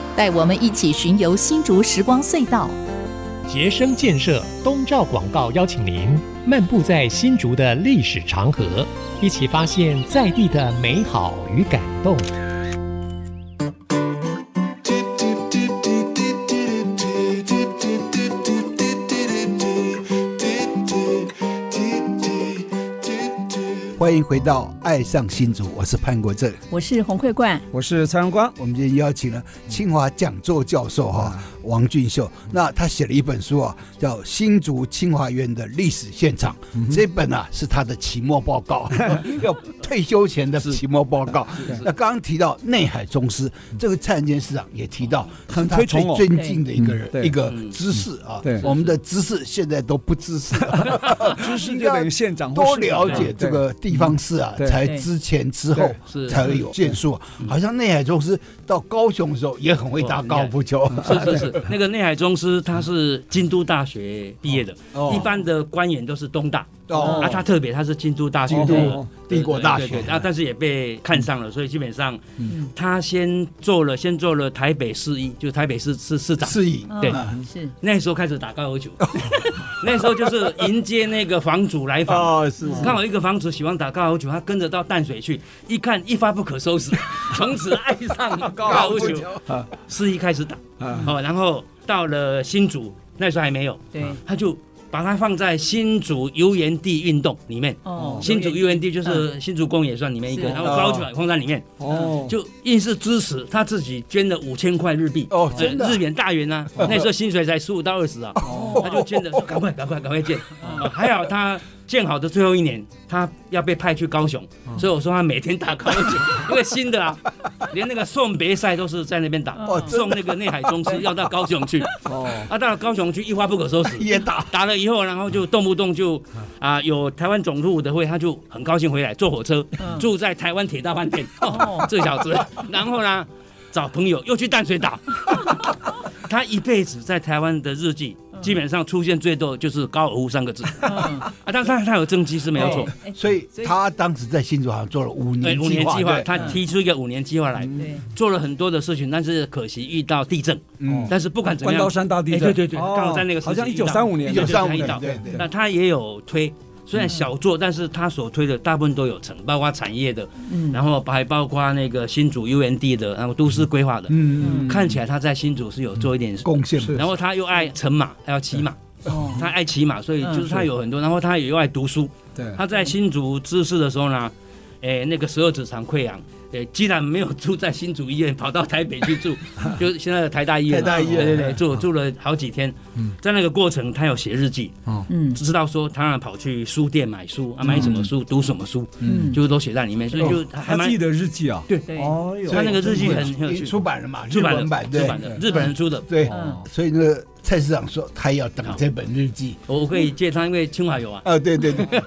S5: 带我们一起巡游新竹时光隧道。
S6: 杰生建设东照广告邀请您漫步在新竹的历史长河，一起发现在地的美好与感动。
S3: 欢迎回到《爱上新竹》，我是潘国正。
S1: 我是洪慧冠，
S2: 我是蔡荣光，
S3: 我们今天邀请了清华讲座教授哈、
S2: 啊
S3: 王俊秀，那他写了一本书啊，叫《新竹清华园的历史现场》。
S2: 嗯
S3: 这本啊是他的期末
S2: [LAUGHS]
S3: 报告，要退休前的期末报告。那刚刚提到内海宗师，这个蔡监市长也提到，是他
S2: 推
S3: 最
S2: 崇哦
S3: 尊敬的一个
S2: 对
S3: 人，
S2: 嗯
S3: 一个
S4: 嗯
S3: 知识啊
S2: 对。
S3: 我们的知识现在都不知识，
S2: [LAUGHS] 知识就等于县长或
S3: 多
S2: 市长
S3: 了解这
S2: 哦
S3: 个地方事啊，
S2: 对
S3: 才
S1: 对
S3: 之前之后
S2: 对
S4: 是
S3: 才会有建树。啊
S4: 嗯
S3: 好像内海宗师到高雄的时候也很会打高尔夫球，
S4: 是是是，那个内海宗师他是京都大学毕业的，
S3: 哦
S4: 一般的官员都是东大，
S3: [LAUGHS] 哦
S4: 啊，他特别他是京都大学
S2: 京都
S4: 的
S3: 帝国大学
S4: 对对对啊，但是也被看上了，所以基本上
S2: 嗯
S4: 他先做了，先做了台北市议，就是台北市市市长，
S3: 是以
S4: 对
S1: 嗯是
S4: 那时候开始打高尔夫球， [LAUGHS] 那时候就是迎接那个房主来访。
S3: 哦是
S4: 刚好一个房主喜欢打高尔夫球，他跟着到淡水去，一看一发不可收拾， [LAUGHS] 从此爱上高尔夫球，
S1: 啊
S4: 是一开始打，哦，然后到了新竹，那时候还没有，
S1: 对
S4: 他就把它放在新竹游园地运动里面，
S1: 哦啊
S4: 新竹游园地就是新竹公园算里面一个，
S1: 是啊
S4: 然后高尔夫球空在里面，
S2: 哦，
S4: 嗯就硬是支持他自己捐了五千块日币，
S3: 哦
S4: 呃
S3: 真的啊哦
S4: 日元大元啊，那时候薪水才十五到二十啊，他就捐的，说赶快赶快赶快建，哦还好他建好的最后一年，他要被派去高雄，
S3: 哦
S4: 所以我说他每天打
S3: [LAUGHS]
S4: 高雄，因为新的啊，连那个送别赛都是在那边打，
S3: 哦
S4: 送那个内海宗
S3: [LAUGHS]
S4: 师要到高雄去，
S2: 哦，
S4: 啊，到了高雄去一发不可收拾，
S3: 也打
S4: 打了以后，然后就动不动就啊、有台湾总路的会，他就很高兴回来，坐火车
S1: 嗯
S4: 住在台湾铁道饭店，
S1: 哦
S4: 哦， [LAUGHS] 这小子，然后呢，找朋友又去淡水 [LAUGHS] 打。他一辈子在台湾的日记，基本上出现最多的就是高尔夫三个字啊，
S1: 嗯，
S4: 但是他他有政绩是没有错。
S1: 哎
S3: 所以
S1: 所以
S3: 他当时在新竹好像做了五
S4: 对嗯
S3: 年
S4: 五哦年计
S3: 计
S4: 划，
S3: 对
S4: 他提出一个五年计划来，
S1: 对，
S4: 做了很多的事情，但是可惜遇到地震。
S3: 嗯
S4: 但是不管怎么
S2: 关
S4: 样
S2: 刀，山大地震，
S4: 哎对对对
S2: 哦
S4: 刚好在那个时期
S2: 好像一九三五年
S4: 对
S2: 的
S4: 对
S3: 1935
S4: 对
S3: 年
S4: 他遇到
S3: 对对
S4: 那他也有推，虽然小做，但是他所推的大部分都有成，包括产业的，
S1: 嗯，
S4: 然后还包括那个新竹 UND 的，然后都市规划的。
S3: 嗯嗯
S4: 看起来他在新竹是有做一点，
S3: 贡献
S2: 是
S4: 然后他又爱乘马，
S3: 嗯
S4: 还要骑马，
S1: 哦，
S4: 他爱骑马，所以就是他有很多，然后他也又爱读书。
S3: 嗯
S2: 对，
S4: 他在新竹治世的时候呢，诶，那个十二指肠溃疡，诶，既然没有住在新竹医院，跑到台北去
S3: [LAUGHS]
S4: 住，就是现在的台大医院嘛，
S3: 台大医院嗯
S4: 对对对，住住了好几天。在那个过程，他有写日记，
S1: 嗯
S4: 知道说他跑去书店买书，啊，买什么书，读什么书，
S1: 嗯，
S4: 就是都写在里面，所以就还
S2: 他
S4: 蛮
S2: 自己的日哦记啊，
S4: 对
S1: 对，
S2: 哦哟，
S4: 他那个日记很很有
S3: 出
S4: 趣
S3: 出版了嘛，
S4: 出版
S3: 日文
S4: 的
S3: 版
S4: 出
S3: 对
S4: 版的日本人出的，
S3: 对，
S4: 嗯
S2: 哦
S3: 所以那个蔡市长说他要等这本日记。
S4: 我我可以借他，因为清华有啊。
S3: 啊，对对对，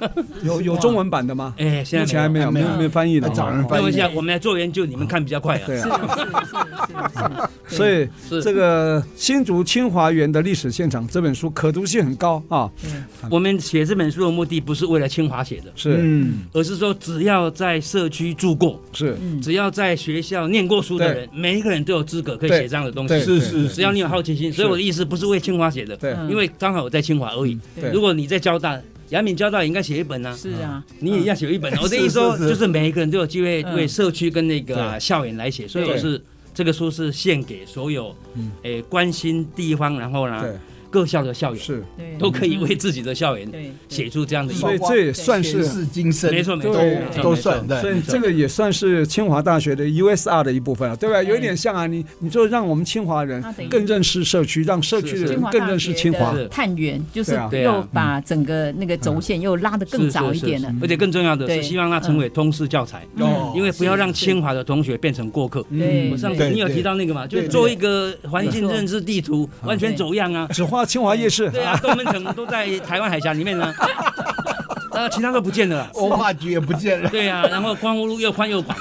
S2: 有有中文版的吗？
S4: 哎，现
S2: 目前
S4: 在
S2: 还
S4: 没
S2: 没有，没
S3: 没有
S2: 有没有翻译的，
S3: 找人
S2: 哦
S3: 翻
S4: 有。
S3: 译
S4: 没关系啊，我们来做研究，你们看比较快啊。
S2: 对啊
S1: 是。是是是
S2: 所以
S4: 是
S2: 这个新竹清华园的历史现场这本书可读性很高啊，
S1: 是，对
S4: 我们写这本书的目的不是为了清华写的，
S2: 是
S3: 嗯，
S4: 而是说只要在社区住过，
S2: 是，
S1: 嗯，
S4: 只要在学校念过书的人，每一个人都有资格可以
S2: 对
S4: 写这样的东
S2: 对
S4: 西。
S3: 是
S2: 对
S3: 是
S4: 只要你有好奇心，所以我的意思不是为清华写的，
S2: 对
S1: 嗯
S4: 因为刚好我在清华而已。
S2: 对
S4: 如果你在交大，杨敏交大也应该写一本啊，
S1: 是啊，
S4: 你也要写一本啊。我的意思说，就是每一个人都有机会为社区跟那个啊校园来写，所以我是这个书是献给所有
S2: 嗯，
S4: 诶关心地方，然后呢
S2: 对
S4: 各校的校园
S2: 是，
S1: 对，
S4: 都可以为自己的校园
S1: 对
S4: 写出这样的一
S2: 所以这也算
S3: 前
S2: 是。
S3: 世今生
S4: 没错没错
S3: 都
S2: 对没
S4: 错
S3: 都
S4: 没错
S3: 算
S2: 所
S3: 的。
S2: 以这个也算是清华大学的 USR 的一部分了，对吧？有一点像啊，你你就让我们清华人
S1: 他等于
S2: 更认识社区，让社区
S4: 是
S2: 的
S4: 是
S2: 人更认识清华
S4: 是
S1: 探员，就是
S2: 对啊
S4: 对啊嗯
S1: 又把整个那个轴线又拉得更早一点了
S4: 是，是是而且更重要的
S1: 对嗯
S4: 是，希望它成为通识教材，
S3: 哦
S4: 因为不要让
S1: 是是
S4: 清华的同学变成过客。
S1: 对，
S4: 我上
S1: 对
S4: 次你有提到那个嘛，就
S1: 对
S4: 是做一个环境认知地图，完全走样啊。
S2: 只画清华夜市，
S4: 对啊，东门城都在台湾海峡里
S1: [LAUGHS]
S4: 面呢，啊，其他都不见了啦。
S3: 文化局也不见了，
S4: 对啊，然后光复路又宽
S1: [LAUGHS]
S4: 又广，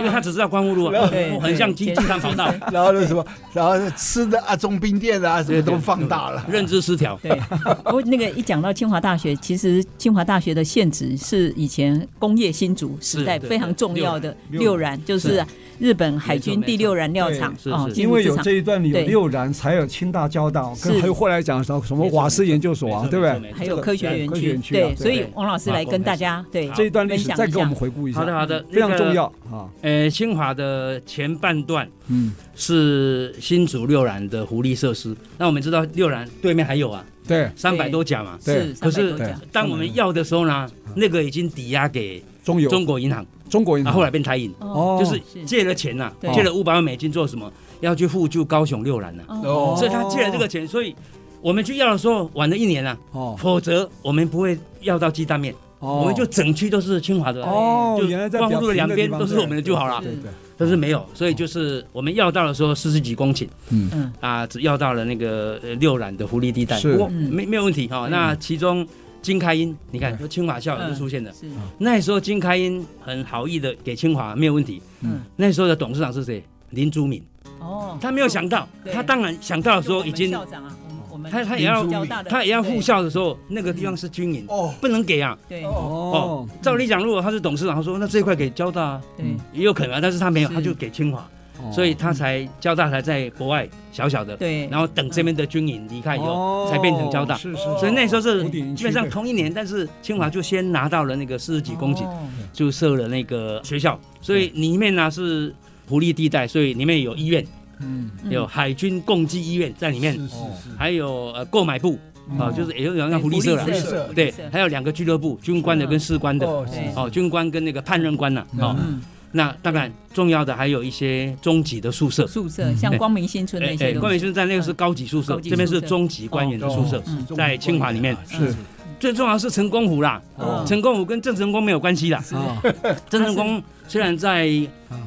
S4: 因为他只知道光复路啊
S1: 对，
S4: 很像金
S1: 对
S4: 金山跑道，
S3: 然后那什么，然后吃的啊，中冰店啊，什么都放大了。
S4: 认知失调。
S1: 对， [LAUGHS] 不过那个一讲到清华大学，其实清华大学的现址是以前工业新竹时代
S4: 是对
S1: 非常重要的
S2: 对
S1: 六燃，就是日本海军第六燃料厂
S4: 没错没错
S1: 哦，
S4: 是是
S1: 进
S2: 因
S1: 入
S2: 为
S1: 这
S2: 有
S1: 场
S2: 这一段有
S1: 对
S2: 六然，才有清大、交大，跟
S1: 是
S2: 还有后来讲什么什么瓦斯研究所啊，对不对？
S4: 没错没错没错
S1: 还有科学园
S2: 科学
S1: 区，
S2: 园区啊
S1: 对，
S2: 对
S1: 所以
S4: 对
S1: 王老师
S4: 啊
S1: 来
S4: 我
S1: 跟
S4: 们
S1: 大家对
S4: 好
S2: 这一段历史
S1: 分享
S2: 再
S1: 一
S2: 给我们
S1: 下
S2: 回顾一下，嗯
S4: 好的好的，
S2: 非常
S4: 那个
S2: 重要。啊。
S4: 呃，清华的前半段
S2: 嗯，
S4: 是新竹六然的狐狸设施。那我们知道六然对面还有啊，
S2: 对，
S4: 三百多甲嘛。
S2: 对
S1: 是
S4: 可
S1: 三百
S4: 是
S1: 多家，
S4: 当我们要的时候呢，
S1: 嗯
S4: 那个已经抵押给
S2: 中油
S4: 中国银行，
S2: 中国银行，
S4: 然后后来变台银，
S1: 哦
S2: 哦，
S4: 就是
S1: 是
S4: 借了钱呐、
S1: 对
S4: 借了五百万美金做什么？要去复旧高雄六然呐、
S2: 哦
S4: 所以他借了这个钱，所以我们去要的时候晚了一年了、啊
S2: 哦
S4: 否则我们不会要到鸡蛋面，
S2: 哦，
S4: 我们就整区都是清华的啊、
S2: 哦，
S4: 就
S2: 原来在
S4: 光
S2: 表
S4: 复路的
S2: 平
S4: 两边
S2: 地方
S4: 都是我们的就好了
S2: 对对，对
S4: 但是没有，所以就是我们要到的时候四十几公顷，
S2: 哦嗯
S1: 嗯
S4: 啊，只要到了那个呃六染的狐狸地带，
S2: 是
S4: 不过
S1: 嗯
S4: 没没有问题哈、哦。那其中金开英，你看就清华校友就出现了，
S1: 是
S4: 那时候金开英很好意的给清华没有问题，
S1: 嗯
S4: 那时候的董事长是谁？林珠敏，
S1: 哦，
S4: 他没有想到，
S1: 对
S4: 他当然想到的时
S1: 就我
S4: 候
S1: 们
S4: 已经，
S1: 校长啊，我们我们
S4: 他他也要
S1: 交大的
S4: 他也要
S1: 对
S4: 复校的时候，那个地方是军营，
S3: 哦，
S4: 不能给啊。
S1: 对
S2: 哦，
S1: 嗯
S4: 照理讲，如果他是董事长，他说那这一块给交大啊
S1: 对
S4: 也有可能啊，但是他没有，
S1: 是
S4: 他就给清华，
S2: 哦
S4: 所以他才交大才在国外小小的，
S1: 对，
S4: 然后等这边的军营离开以后
S2: 哦，
S4: 才变成交大。
S2: 是是，
S4: 所以那时候是
S1: 哦
S2: 古典营区
S4: 基本上同一年，但是清华就先拿到了那个四十几公顷，
S1: 嗯哦嗯
S4: 就设了那个学校，所以里面呢是狐狸地带，所以里面有医院，
S2: 嗯，
S1: 嗯
S4: 有海军共济医院在里面，
S3: 是是是，
S4: 还有呃购买部啊，
S2: 哦
S4: 就是也有点像狐狸社了
S1: 福利
S3: 社
S1: 福利
S4: 对
S1: 社，
S4: 还有两个俱乐部，军官的跟士官的，
S3: 哦，
S1: 对
S4: 哦，军官跟那个叛任官呐，哦，
S1: 嗯
S4: 那当然重要的还有一些中级的宿舍，
S1: 宿舍，像
S4: 嗯
S1: 光明新村那些东西，
S4: 冠冕宿舍那个是高级宿舍哦
S1: 高，级宿舍
S4: 这边是中级官员的宿舍
S1: 嗯，
S4: 在清华里面
S3: 哦是
S4: 最重要是陈公府啦，
S2: 哦
S4: 陈公府跟郑成功没有关系啦。
S2: 啊，
S4: 郑成功虽然在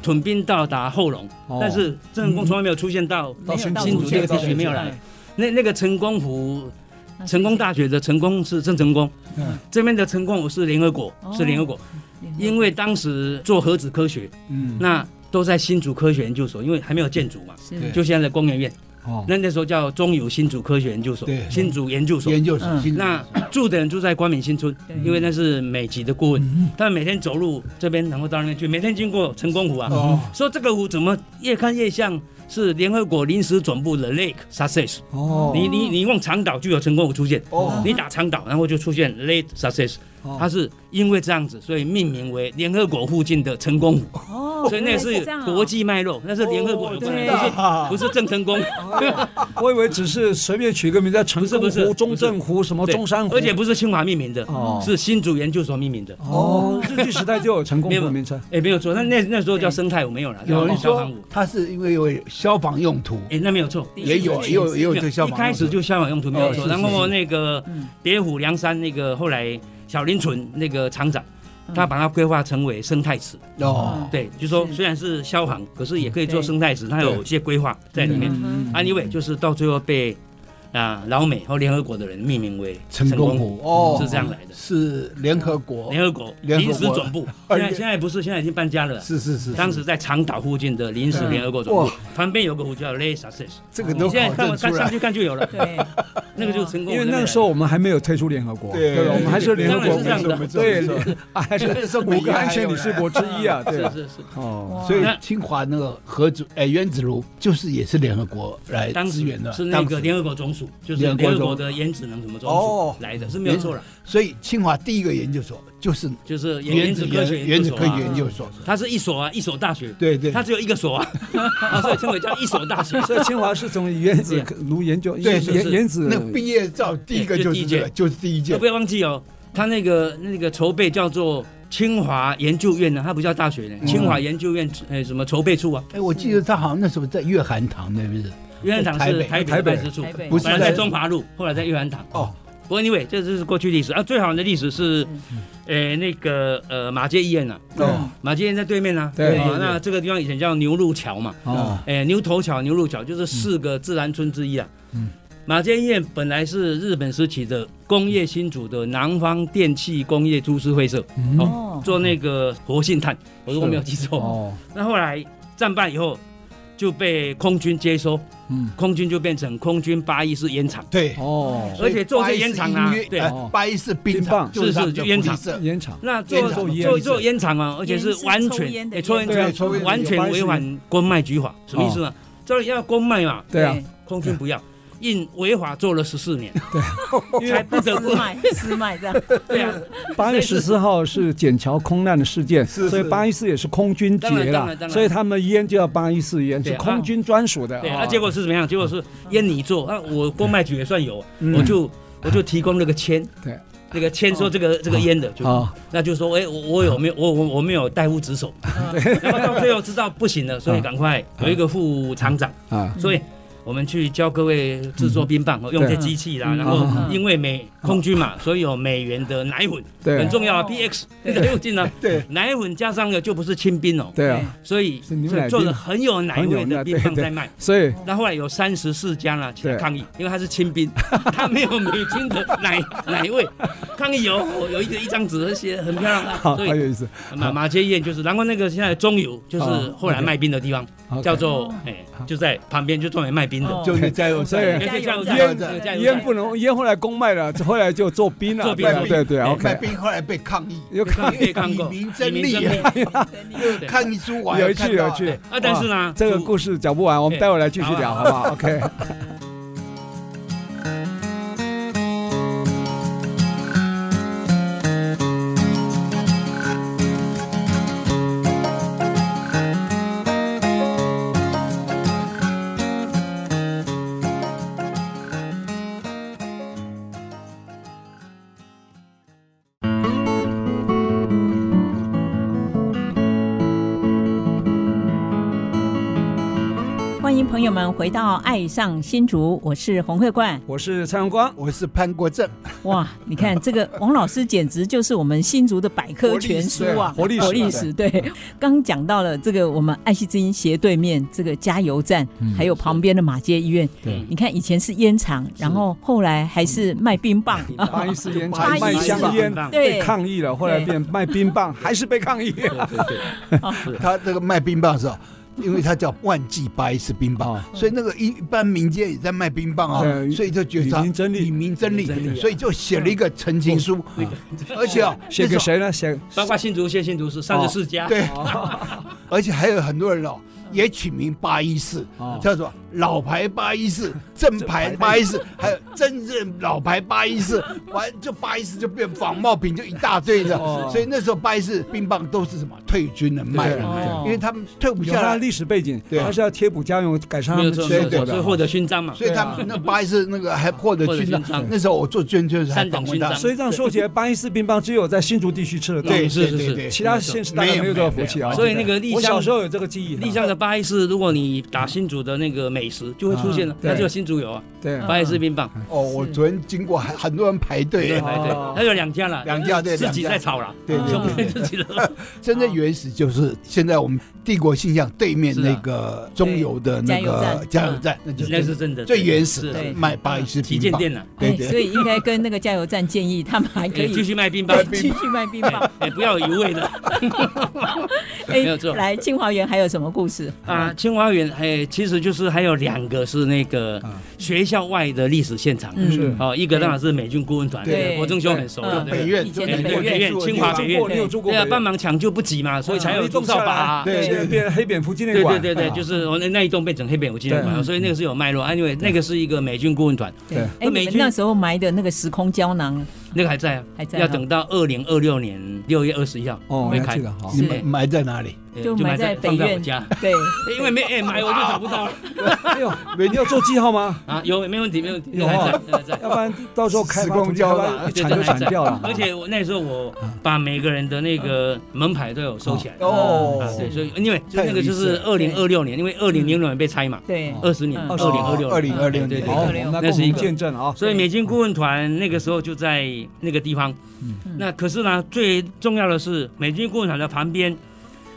S4: 屯兵到达后龙，
S2: 哦
S4: 但是郑成功从来没有出现到
S2: 到新
S4: 新竹
S2: 竹
S4: 这个
S2: 县
S4: 地区没有来。那那个陈公府，成功大学的成功啊是郑成功，
S2: 嗯
S4: 这边的成功我是联合国，
S1: 哦
S4: 是联合国，因
S1: 为
S4: 为当时做核子科学，
S2: 嗯，
S4: 那都在新竹科学研究所，因为还没有建筑嘛，
S1: 是
S4: 就现在的工研院，
S2: 哦，
S4: 那那时候叫中友新竹科学研究所
S3: 对，
S4: 新竹研究所。
S3: 研究所
S1: 嗯，
S3: 新竹
S4: 那住的人住在光明新村
S1: 对，
S4: 因为那是美籍的顾问，他们每天走路这边，然后到那边去，每天经过成功湖啊，
S3: 哦，
S4: 说这个湖怎么越看越像是联合国临时总部的 Lake Success。
S2: 哦，
S4: 你你你用长岛就有成功湖出现，
S2: 哦
S4: 你打长岛，然后就出现 Lake Success。
S2: 哦
S4: 它是因为这样子，所以命名为联合国附近的成功湖，
S1: 哦，
S4: [LAUGHS] 所以那
S1: 原来
S4: 是
S1: 这样啊哦
S4: 国际脉络，那是联合国有关
S1: 对
S4: 的，不是
S2: 啊
S4: 不是郑成功，
S2: 我以为只是随便取个名字，成功
S4: 不是不
S2: 湖、
S4: 是
S2: 中正湖、什么哦
S4: 对
S2: 中山湖，
S4: 而且不是清华命名的
S2: 哦，
S4: 是新竹研究所命名的。
S2: 哦，日据时代就有成功
S4: 没
S2: 湖
S4: 有
S2: 的名称，
S4: 哎，没有错，那那那时候叫生态湖，没有了，
S3: 有人
S4: 叫消
S3: 说
S4: 防湖。
S3: 它是因为有消防用途，
S4: 哎，那没有错，
S3: 也有也有也有这个消
S4: 一
S3: 防用途，
S4: 开始就消防用途没有
S3: 哦
S4: 错，
S3: 是
S4: 然
S3: 是
S4: 后
S3: 是
S4: 那个
S1: 嗯
S4: 别虎梁山那个后来小林村那个厂长，
S1: 嗯
S4: 他把它规划成为生态池，
S3: 哦，
S4: 对，就说
S1: 是
S4: 虽然是消防，可是也可以做
S1: 对
S4: 生态池，它有一些规划在里面。
S1: 嗯
S4: 安利伟就是到最后被啊老美和联合国的人命名为
S3: 成功湖哦
S4: 是这样来的。
S3: 是联合国，
S4: 联合国
S3: 联合
S4: 临
S3: 国哎
S4: 时
S3: [LAUGHS]
S4: 总部，现在现在不是，现在已经搬家了。
S3: 是是是，嗯
S4: 当时在长岛附近的临时联合国总
S3: 哇哦
S4: 部，旁边有个湖叫 l a s a s
S3: 这个
S4: 你
S3: 都
S4: 现在
S3: 考
S4: 看
S3: 证
S4: 我
S3: 出
S4: 看
S3: 来
S4: 上，去看就有了，
S1: 对，
S4: 那个就是成功。
S2: 因为那个时候我们还没有退出联合国，
S3: 对
S2: 吧我们还是联合国
S4: 当然是这样的
S2: 民族对
S3: 没错没，
S2: [LAUGHS] 还是
S3: 那时候
S2: 五
S3: 美
S2: 个
S3: 国
S2: 安
S3: 还
S2: 全
S3: 有
S2: 理事国之一啊，对
S4: 是
S2: 吧？
S4: 是是，
S2: 哦，
S3: 所以
S4: 那
S3: 清华那个核子哎原子炉就是也是联合国来
S4: 当时
S3: 支援的，
S4: 是那
S3: 当
S4: 个
S3: 时
S4: 联合国总署，就是
S3: 联合国
S4: 联合国
S3: 总
S4: 的原子能什么总
S3: 哦
S4: 署来的，是没有错了，
S3: 所以清华第一个研究所就是
S4: 就是原子科学
S3: 原
S4: 研
S3: 子
S4: 究
S3: 科
S4: 所
S3: 学
S4: 啊，
S3: 研究所，
S4: 它是一所啊，一所大学，
S3: 对对
S4: 它只有一个所
S3: [LAUGHS]
S4: 啊，啊所以称为叫一所大学。
S2: 所以清华是从原子炉研究，
S3: 对
S4: 是
S2: 原
S4: 是
S2: 原子
S3: 那个毕业照第一个就是这个，就是第一届
S4: 不，要忘记哦，它那个那个筹备叫做清华研究院呢，它不叫大学呢，清华研究院呃什么筹备处啊，
S3: 哎，我记得他好像那时候在月函堂那边是，
S4: 原来堂
S3: 台
S4: 是
S3: 北
S4: 台北
S2: 台
S4: 的
S2: 北
S4: 办事处
S1: 台，北
S3: 不是
S4: 本来
S3: 在
S4: 在中华路，后来在玉兰堂。
S3: 哦，
S4: 不过 anyway，这就是过去历史啊。最好的历史是，呃，那个呃马街医院呐，
S2: 哦
S4: 马街医院在对面呢。
S2: 对
S4: 啊那这个地方以前叫牛路桥嘛，
S2: 哦
S4: 哎，牛头桥、牛路桥就是四个自然村之一啊。
S2: 嗯
S4: 马街医院本来是日本时期的工业新竹的南方电器工业株式会社
S2: 嗯
S1: 哦，
S4: 做那个活性炭，我如果
S2: 是
S4: 没有记错。
S2: 哦
S4: 那后来战败以后就被空军接收，
S2: 嗯
S4: 空军就变成空军八一式烟厂，
S3: 对，
S2: 哦，
S4: 而且做这烟厂
S3: 八
S4: 啊
S3: 一是音，乐
S4: 对。
S3: 呃
S2: 哦
S3: 八一是冰
S2: 冰棒
S3: 场，就是他
S4: 是
S3: 们的
S4: 就
S3: 福
S4: 烟
S3: 利
S4: 厂哦
S3: 社
S2: 烟厂
S4: 那做
S2: 做
S4: 做
S2: 烟
S4: 做做烟厂啊，而且
S1: 烟
S4: 是
S1: 是
S4: 完
S1: 抽
S4: 全
S1: 烟的
S4: 哎抽
S1: 烟
S4: 烟
S2: 对啊
S4: 厂
S2: 抽烟的哦
S4: 完全违反公卖局法，什么意思呢？这要公卖嘛，
S2: 对啊，
S4: 空军不要，印违法做了十四年，
S2: 因
S4: [LAUGHS] 才
S2: 为
S4: 不得
S1: 私
S4: 不
S1: 卖私卖这样，
S2: [LAUGHS]
S4: 对啊。
S2: 八月十四号是笕桥空难的事件，
S3: 是是
S2: 所以八一四也是空军节
S4: 当然当
S2: 啦
S4: 然，当然
S2: 所以他们的烟就叫八一四烟，
S4: 对
S2: 是
S4: 啊
S2: 空军专属的。
S4: 对，
S2: 哦
S4: 那结果是怎么样？结果是烟你做，那我公卖局也算有，啊
S2: 嗯
S4: 我就我就提供那个签，
S2: 对，哦
S4: 那个签说这个这个烟的，就
S2: 啊，
S4: 那就说哎，我我有没有我我我没有代夫职守，
S2: 啊
S4: [LAUGHS] 然后到最后知道不行了，所以赶快有一个副厂长。
S2: 啊，
S4: 所以我们去教各位制作冰棒，用这机器啦，
S1: 嗯
S4: 然后
S2: 嗯
S4: 因为美空军嘛，所以有美元的奶粉
S2: 对
S4: 很重要啊
S1: 哦
S4: ，PX [LAUGHS] 这个又进了，
S3: 对，
S4: 奶粉加上了就不是清冰哦，
S2: 对啊，
S4: 所以
S2: 是牛奶冰
S4: 做的很有奶味的冰
S2: 很有奶
S4: 棒
S2: 对
S4: 在卖。
S2: 所以
S4: 那后来有三十四家啦起来
S2: 对
S4: 抗议，因为它是清
S3: [LAUGHS]
S4: 冰，它没有美军的奶奶味，抗议有有一个一张纸写得很漂亮啊，
S2: 好，
S4: 所
S2: 好
S3: 哎
S4: 以
S2: 有意思。
S4: 马马街医院就是，然后那个现在的中油就是
S2: 哦
S4: 后来卖冰的地方，
S2: OK
S4: 叫做哎就在旁边就专门卖冰的，
S1: 哦
S3: 就是加油
S2: 所以
S3: 站
S4: 对对
S1: 加油
S4: 对
S1: 站
S3: 对
S1: 对
S4: 对
S1: 加油
S2: 烟
S1: 站
S2: 不能烟后来公卖了，后来就做冰了，
S4: 做冰
S2: 对啊对对
S4: 做冰
S2: ，OK
S3: 卖。冰后来被抗议，
S2: 又
S4: [LAUGHS]
S2: 看
S4: 对看过
S3: 以民争
S4: 以民
S3: 利
S4: 争利
S3: 啊，
S1: 真的
S3: [LAUGHS]
S4: 对
S3: 抗议书我
S2: 有
S3: 还
S2: 趣
S3: 看到
S2: 有趣
S3: 哎
S4: 啊，但是呢，
S2: 这个
S4: 主
S2: 故事讲不完，我们待会儿来继续聊，好不好？OK。
S1: 欢迎迎朋友们回到《爱上新竹》，我是洪慧
S4: [LAUGHS]
S1: 冠。
S2: [LAUGHS] 我是蔡荣光，
S3: [LAUGHS] 我是潘国正，
S1: 哇，你看这个王老师简直就是我们新竹的百科全书啊，
S2: 活历史啊活历
S1: 活
S2: 史啊
S1: 历史。对，刚讲到了这个我们爱惜之音斜对面这个加油站，
S4: 嗯
S1: 还有旁边的马街医院。
S2: 对
S1: 你看以前是烟厂，然后后来还是卖冰棒。
S2: 八一四烟
S1: 八
S2: 厂
S1: 一
S2: 卖
S1: 四
S2: 香烟
S4: 棒
S1: 对哎
S2: 被抗议了，后来变卖冰棒，还是被抗议。
S3: 他这个卖冰棒是吧？因为他叫万记八一式冰棒
S2: 哦，
S3: 所以那个一般民间也在卖冰棒啊，
S2: 对
S3: 所以就觉得他
S2: 以民争利
S3: 以民争
S4: 以民争
S3: 利，
S4: 利啊
S3: 所以就写了一个陈情书，而且啊，
S2: 写给
S3: 那时
S2: 谁呢？写
S4: 包括新竹县新竹市三十四家
S3: 候？，对， [LAUGHS] 而且还有很多人哦，也取名八一四
S2: 哦，
S3: 叫做老牌八一四、正牌八一四，还有真正老牌八一四，完就八一四就变仿冒品，就一大堆的
S2: 哦。
S3: 所以那时候八一四冰棒都是什么退军人卖的
S2: 对
S1: 哦，
S3: 因为他们退不
S2: 有
S3: 下
S2: 他
S3: 来
S2: 的。历史背景，
S3: 对
S2: 他是要贴补家用，改善他
S4: 没有
S2: 们
S4: 错，
S2: 生
S4: 没
S2: 活
S4: 有错，
S2: 的
S4: 所以获得勋章嘛。
S3: 所以他们那八一四那个还获得
S4: 啊获得
S3: 勋章
S4: 勋章。
S3: 那时候我做捐捐的时候还
S4: 三等
S3: 访问他
S4: 勋，章
S2: 所以这样说起来，八一四冰棒只有在新竹地区吃得到，
S3: 对
S4: 嗯是
S3: 对
S4: 是
S3: 对
S4: 是
S3: 对，
S2: 其他县市大概没有这个福气啊。
S4: 所以那个
S2: 我
S4: 丽
S2: 小
S4: 香
S2: 时候有这个记忆的，啊
S4: 丽香的八一四，如果你打新竹的那个美食，就会出现了
S2: 啊，对
S4: 它就有新竹有啊，
S2: 对
S4: 八一四冰棒，
S3: 哦，我昨天经过 [LAUGHS] 还很多人排队
S4: 嗯对对，
S2: 哦
S4: 对，它有两家了，
S3: 两家对
S4: 自己
S3: 两
S4: 在
S3: 家
S4: 炒了，
S3: 对
S4: 兄
S3: 对
S4: 弟
S3: 对
S4: 自己的，
S3: 真正原始就是现在我们帝国信仰对面那个中油的那个
S1: 加
S3: 加
S1: 油
S3: 油站，那就
S4: 嗯那
S3: 是
S4: 是真的
S3: 最原始
S4: 是
S3: 的
S1: 对
S3: 卖八一四
S4: 旗
S3: 冰
S4: 舰
S3: 棒。
S4: 店了，
S3: 对
S1: 哎
S3: 对
S1: 所以应该跟那个加油站建议，他们还可
S4: 哎继
S1: 以
S4: 续卖冰棒，
S1: 继
S4: [LAUGHS]
S1: 续卖冰棒。
S4: 哎，不要有余味的。
S1: 哎
S4: 没有错
S1: 来清华园还有什么故事？
S4: 啊，清华园哎，其实就是还有两个是那个学校外的历史现场，
S1: 嗯
S2: 是
S4: 哦，一个当然是美军顾问团，
S1: 对
S4: 国中兄很熟的，
S1: 嗯
S4: 对
S3: 北院
S1: 以前
S4: 哎
S1: 的
S4: 对
S1: 北
S4: 北
S1: 院
S4: 院，清华北
S2: 你有住过，
S4: 院，
S2: 你有住过
S4: 对
S2: 北
S4: 啊，
S2: 院？
S4: 帮忙抢救不及嘛，所以才有
S2: 一
S4: 朱
S2: 栋
S4: 少
S2: 下
S4: 拔
S2: 来，
S4: 啊。
S2: 现在变黑蝙蝠纪念
S4: 对
S2: 馆啊
S4: 对
S2: 了，
S4: 对对，就是我那那一栋变成黑北武纪念馆，
S2: 对
S4: 所以那个是有脉络。因为那个是一个美军顾问团，
S2: 对
S1: 哎，
S4: 美
S1: 你
S4: 军
S1: 们那时候埋的那个时空胶囊，
S4: 那个还在啊，
S1: 还在啊
S4: 要等到二零二六年六月二十一号
S2: 哦，
S4: 会
S2: 我
S4: 开 [LAUGHS]
S2: 记，得好。
S3: 你
S1: 是
S3: 们埋在哪里？
S4: 哎
S1: 就埋
S4: 埋
S1: 在北
S4: 放在我
S1: 院
S4: 家，。
S1: 对，
S4: 因为没哎买我就找不到了
S2: 哎呦， [LAUGHS] 你要做记号吗？
S4: 啊，有没问题没问题，那
S2: 有
S4: 个还
S2: 啊
S4: 在那个还在。
S2: 要不然到时候开发
S3: 时空
S2: 土地
S3: 胶
S2: 开
S3: 囊
S2: 发一
S4: 对
S2: 铲就铲掉了。
S4: 而且我那时候我把每个人的那个门牌都有收起来。
S3: 哦
S4: 啊，对，所以因为就那个就是
S3: 太
S1: 有意
S4: 二
S1: 思
S4: 零二六年，因为二零零六年被拆嘛，
S1: 对，
S4: 二十年，
S1: 嗯
S4: 二零二六，
S3: 二零二六
S4: 对对
S3: 年，
S4: 对
S2: 好，我
S3: 哦
S2: 们来
S4: 那
S2: 共
S4: 是一
S2: 同
S4: 个
S2: 见证啊。
S4: 所以美军顾问团那个时候就在那个地方。那可是呢，最重要的是美军顾问团的旁边。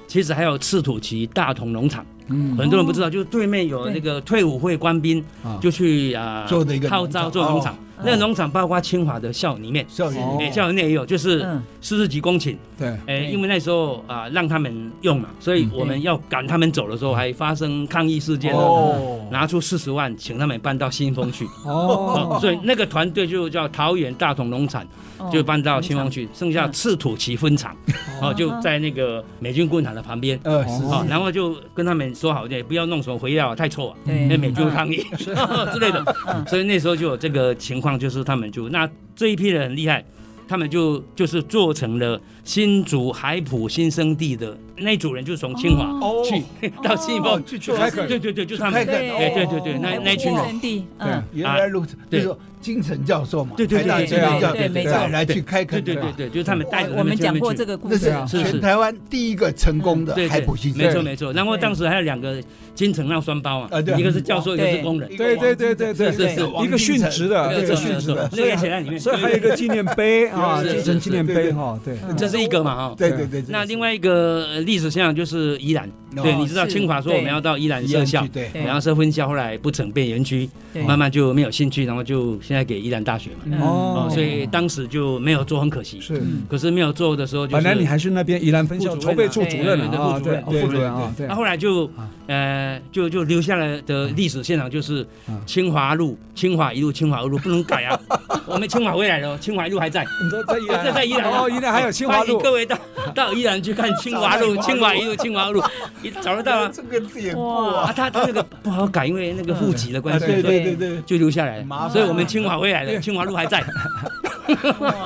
S4: 其实还有赤土旗大同农场，
S2: 嗯
S4: 很多人不知道，就是对面有那个退伍会官兵
S2: 啊
S4: 就去啊
S3: 做的一个
S4: 号召做农场，那个农场包括清华的校里面，
S3: 校园里
S2: 哦
S3: 面
S4: 哎校园内也有，就是
S1: 嗯，
S4: 四十几公顷，
S2: 对，
S4: 哎，
S1: 对
S4: 因为那时候啊、让他们用嘛，所以我们要赶他们走的时候，还发生抗议事件哦，
S2: 哦
S4: 拿出四十万请他们搬到新丰去， [LAUGHS]
S2: 哦，
S4: 所以那个团队就叫桃园大同农产，
S1: 哦嗯
S4: 就搬到新丰去，剩下赤土旗分厂，哦，就在那个美军工厂的旁边。
S3: 呃，是
S4: 哦
S2: 哦，
S4: 然后就跟他们说好一点，不要弄什么肥料啊，太臭啊，
S1: 对
S4: 那美军会抗议 [LAUGHS] 之类的
S1: 嗯。
S4: 所以那时候就有这个情况，就是他们就那这一批人很厉害，他们就就是做成了新竹海埔新生地的那一组人，就是从清华
S3: 哦
S4: 去 [LAUGHS] 到信丰，
S3: 去去开垦，
S4: 对对对，就是他们，
S3: 开垦
S4: 对
S1: 哦
S4: 对对对，那
S1: 还有
S4: 那一群
S1: 新
S4: 人，
S1: 生地，
S2: 对
S1: 嗯，
S3: 原来如此，就
S4: 对
S3: 是说金城教授嘛，
S4: 对对
S3: 台大
S4: 对
S3: 金城教
S1: 对对对
S3: 授
S1: 对
S3: 再来去开
S4: 对
S3: 垦，
S4: 对
S3: 吧
S4: 对对，就是他们带着
S1: 我
S4: 他
S1: 们
S4: 去那
S1: 讲
S4: 边
S1: 过
S4: 去
S1: 这个故
S3: 那
S1: 事
S3: 是
S1: 啊，
S4: 是是
S3: 全台湾第一个成功的
S4: 对
S3: 海
S4: 对
S3: 普新，
S4: 没错
S2: 对
S4: 没错。然后当时还有两个金城让双胞嘛
S3: 啊对，啊
S4: 一个是教授，一个是工人。
S2: 对对对对对，
S4: 是是是
S2: 一个殉职的，
S4: 对
S2: 一
S4: 对
S2: 个
S4: 对
S2: 殉职的，
S4: 对对对那个写在里面
S2: 所以还有一个纪念碑啊，
S4: 是是
S2: 金
S4: 是嗯
S2: 城纪念碑哈，对，
S4: 这是一个嘛哈。
S3: 对对对，
S4: 那另外一个呃历史现象就是宜兰，
S3: 哦
S4: 对，你知道
S1: 是
S4: 清华说我们
S1: 对
S4: 要到宜兰
S3: 一
S4: 设
S3: 样
S4: 校
S3: 去，对。
S1: 对
S4: 然后设分校，后来不成变园区，
S1: 对
S4: 慢慢就没有兴趣，然后就现在给宜兰大学嘛。
S1: 嗯
S4: 哦，所以当时就没有做，很可惜。
S2: 是。
S4: 可是没有做的时候，就是
S2: 本来你还是那边宜兰分校筹备处主任啊，对，副主任啊，对
S4: 那，后来就呃就就留下来的历史现场就是清华路、清华一路、清华二路不能改啊，我们清华回来了，清华一路还在。
S2: 你在在宜兰，
S4: 这在宜兰啊
S2: 哦，宜兰还有清华
S4: 欢迎
S2: 路，
S4: 各位到到宜兰去看清华路、清华一路、清华路，你找得到啊？
S3: 这个典故
S4: 啊，
S3: 啊，
S4: 他他那个不好改，因为那个户籍的关
S3: 啊
S4: 系，
S3: 对
S4: 所以
S3: 对对对，
S4: 就留下来
S3: 麻
S4: 了。
S3: 烦
S4: 所以我们清华回来了，清华路还在。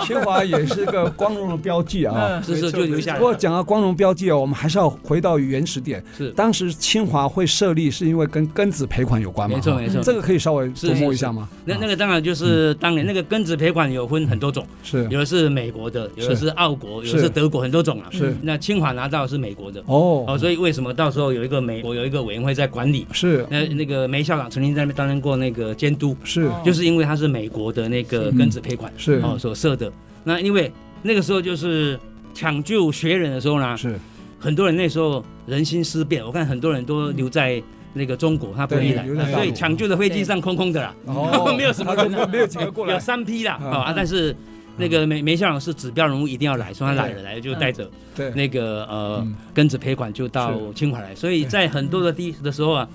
S2: 清华也是个光荣的标记啊。
S1: 嗯
S4: 是是就留下来了。
S2: 不过讲到光荣标记啊，我们还是要回到原始点。
S4: 是
S2: 当时清华会设立是因为跟庚子赔款有关嘛？
S4: 没错
S2: 哈
S4: 没错
S2: 这个可以稍微
S4: 是
S2: 琢磨一下吗？
S4: 那那
S2: 啊
S4: 个当然就是当年那个庚子赔款有分很多种，
S2: 是
S4: 有的是美国的，有的
S2: 是
S4: 是澳国，有
S2: 是
S4: 的是德国，很多种啊。
S2: 是
S4: 那清华拿到是美国的哦，
S2: 哦，
S4: 所以为什么到时候有一个美国有一个委员会在管理？
S2: 是
S4: 那那个梅校长曾经在那边担任过那个监督，
S2: 是
S4: 就是因为他是美国的那个庚子赔款
S2: 是
S4: 哦所设的。那因为那个时候就是抢救学人的时候呢，
S2: 是
S4: 很多人那时候人心思变，我看很多人都留在那个中国，他不回来
S2: 对留在大，陆
S4: 所以抢救的飞机上空空的啦。
S2: 哦
S4: 没有什么
S2: 他
S4: 人
S2: 就没没有几个过来
S4: 有，三批啦
S2: 嗯
S4: 哦啊，但是那个
S2: 啊
S4: 梅梅校长是指标人物，一定要来，所以他来了，来了就带着
S2: 对，
S4: 那个呃
S2: 嗯
S4: 庚子赔款就到清华来，所以在很多的地的时候啊，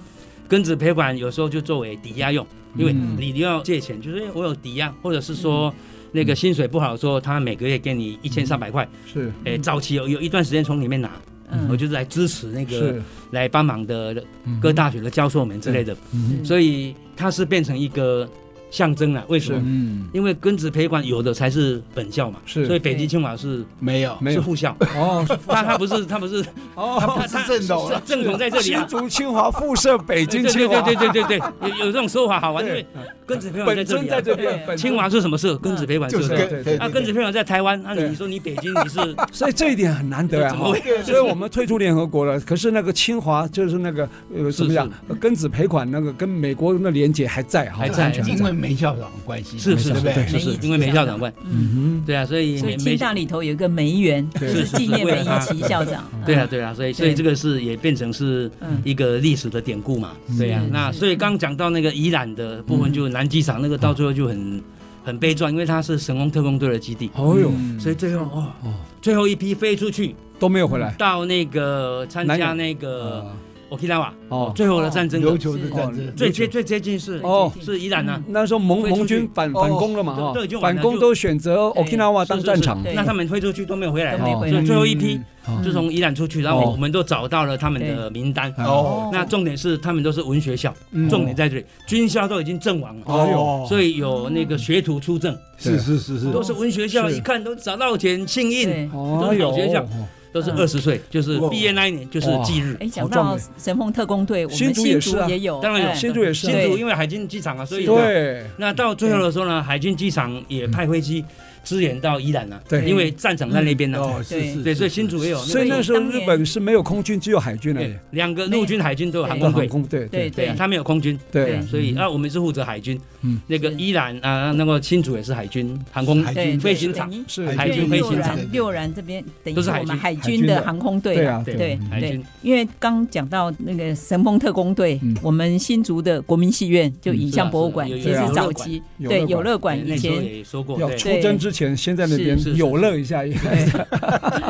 S4: 庚子赔款有时候就作为抵押用，因为
S2: 嗯
S4: 你要借钱，就是哎我有抵押，或者是说。那
S2: 嗯
S4: 个薪水不好的时候，他每个月给你一千三百块，
S2: 是
S4: 哎，早期有有一段时间从里面拿，
S1: 嗯
S4: 我就是来支持那个
S2: 是
S4: 来帮忙的各大学的教授们之类的，
S2: 嗯
S4: 所以它是变成一个象征了。为什么？
S2: 嗯
S4: 因为庚子赔款有的才是本校嘛，
S2: 是
S4: 所以北京清华是
S3: 没有，
S2: 没
S4: 是
S2: 有
S4: 副校， [LAUGHS]
S2: 哦是
S4: 他他不是他不是
S2: 哦，
S4: 他他
S3: 是正统啊
S4: 正统在这里
S2: 新
S4: 啊。
S2: 竹清华附设北京清华，
S4: 对对对对对对，有有这种说法好玩，因为庚子赔
S2: 本
S4: 款在这
S2: 尊
S4: 里
S2: 在
S4: 啊。
S2: 这
S1: 对
S2: 边，本尊
S4: 清华是什么社？庚子赔款社
S2: 就是
S4: 对
S2: 跟
S4: 吧。
S2: 对
S3: 对
S4: 啊，庚子赔款在台湾，那
S2: 对
S4: 你说你北京你是
S2: 所以这一点很难得呀、
S4: 怎么会
S2: 所以我们退出联合国了。可是那个清华就是那个呃，怎么讲，庚子赔款那个跟美国那连结还在
S3: 哎
S2: 哈，
S4: 还在
S2: 完全
S3: 因为梅校长的关系，
S4: 是是
S3: 对不对？
S4: 是是，因为梅校长问，
S2: 嗯
S4: 对啊，所以
S1: 所以
S4: 梅
S1: 清
S4: 梅
S1: 大里头有一个梅园，
S2: 对
S1: 就是纪念梅贻
S4: 是
S1: 琦校长。嗯
S4: 对啊，对啊，所以所以
S1: 对
S4: 这个是也变成是
S1: 嗯
S4: 一个历史的典故嘛，对啊
S1: 是。
S4: 那所以刚讲到那个宜兰的部分，就南机场那个到最后就很很悲壮，因为它是神风特工队的基地，
S2: 哼，哦哟，
S4: 所以最后哦
S2: 哦，
S4: 最后一批飞出去
S2: 都没有回来。
S4: 到那个参
S2: 南
S4: 加
S2: 洋
S4: 那个
S2: 呃，
S4: Okinawa
S2: 哦，
S4: 最后的战争的哦
S3: 琉球的战争，
S4: 最接最接近是
S2: 哦
S4: 是宜兰啊呐，
S2: 那时候盟
S4: 飞出去
S2: 盟军反
S3: 哦
S2: 反攻了嘛哈
S4: 对就，完
S2: 反
S4: 了
S2: 攻
S4: 就
S2: 都选择
S1: 对
S2: Okinawa
S4: 是
S2: 当
S4: 是
S2: 战
S4: 是
S2: 场，
S1: 对
S4: 那他们飞出去都没有回来
S1: 都，没回来
S4: 所以最后一批
S2: 嗯
S4: 就从宜兰出去，然后
S2: 哦
S4: 我们都找到了他们的名单。
S1: 嗯
S3: 哦
S4: 那重点是他们都是文学校，
S2: 哦
S4: 重点在这里，军校都已经阵亡了，
S3: 哦，
S4: 哎所以有那个学徒出阵，
S3: 是是是是，
S4: 都是文学校，
S2: 哦是
S4: 一看都早稻田、庆应，
S1: 对，
S2: 哦
S4: 都是
S2: 有
S4: 老学校都是
S1: 嗯
S4: 二十岁，就是
S3: 哇
S4: 毕业那一年就是忌日。
S1: 哎，讲
S2: 好壮
S1: 到
S2: 美
S1: 神风特工队，我们
S2: 新竹也
S1: 新
S2: 是啊
S1: 竹也有，
S4: 当然有
S1: 哎
S2: 新竹也是
S4: 新
S2: 啊
S1: 对
S4: 竹因为海军机场啊，所以
S2: 对嗯
S4: 那到最后的时候呢，海军机场也派飞机支援到宜兰啊，
S2: 对嗯
S4: 因为战场在那边呢。啊
S3: 哦是是，
S4: 对，所以新竹也有
S2: 所以
S4: 那
S2: 那
S4: 个
S2: 时候
S1: 当
S2: 日
S1: 年
S2: 本是没有空军，只有海军而已
S4: 对，两个陆军、海军都有航空
S2: 航
S4: 队，
S2: 空对
S1: 对
S4: 对
S1: 对
S4: 啊，，他没有空军，
S2: 对
S4: 所以啊，我们是负责海军
S2: 嗯，
S4: 那个
S1: 是
S4: 依然啊，那个新竹也是海军航空
S3: 海
S1: 对
S3: 军
S4: 飞行场，
S1: 等于
S2: 是
S3: 海
S4: 海军飞行场
S1: 六然六然这边等于
S4: 都
S1: 是
S4: 是海
S1: 我
S4: 军
S1: 们海
S2: 海军
S1: 军
S2: 的
S1: 的航空队
S2: 对
S1: 啦
S2: 啊对
S1: 对
S4: 海
S1: 对
S4: 军，
S1: 因为刚讲到那个神风特工队
S2: 嗯，
S1: 我们新竹的国民戏院就
S2: 嗯
S1: 影像博物馆，
S4: 是啊
S1: 其
S4: 是啊有
S1: 实
S4: 有
S1: 早期
S2: 有
S1: 对
S2: 乐
S1: 有
S2: 馆
S1: 乐馆以
S4: 那时候
S1: 前
S4: 也说过，
S2: 要
S4: 对
S2: 出征之前，先在那边
S4: 是是是
S2: 有乐一下 [LAUGHS] 也，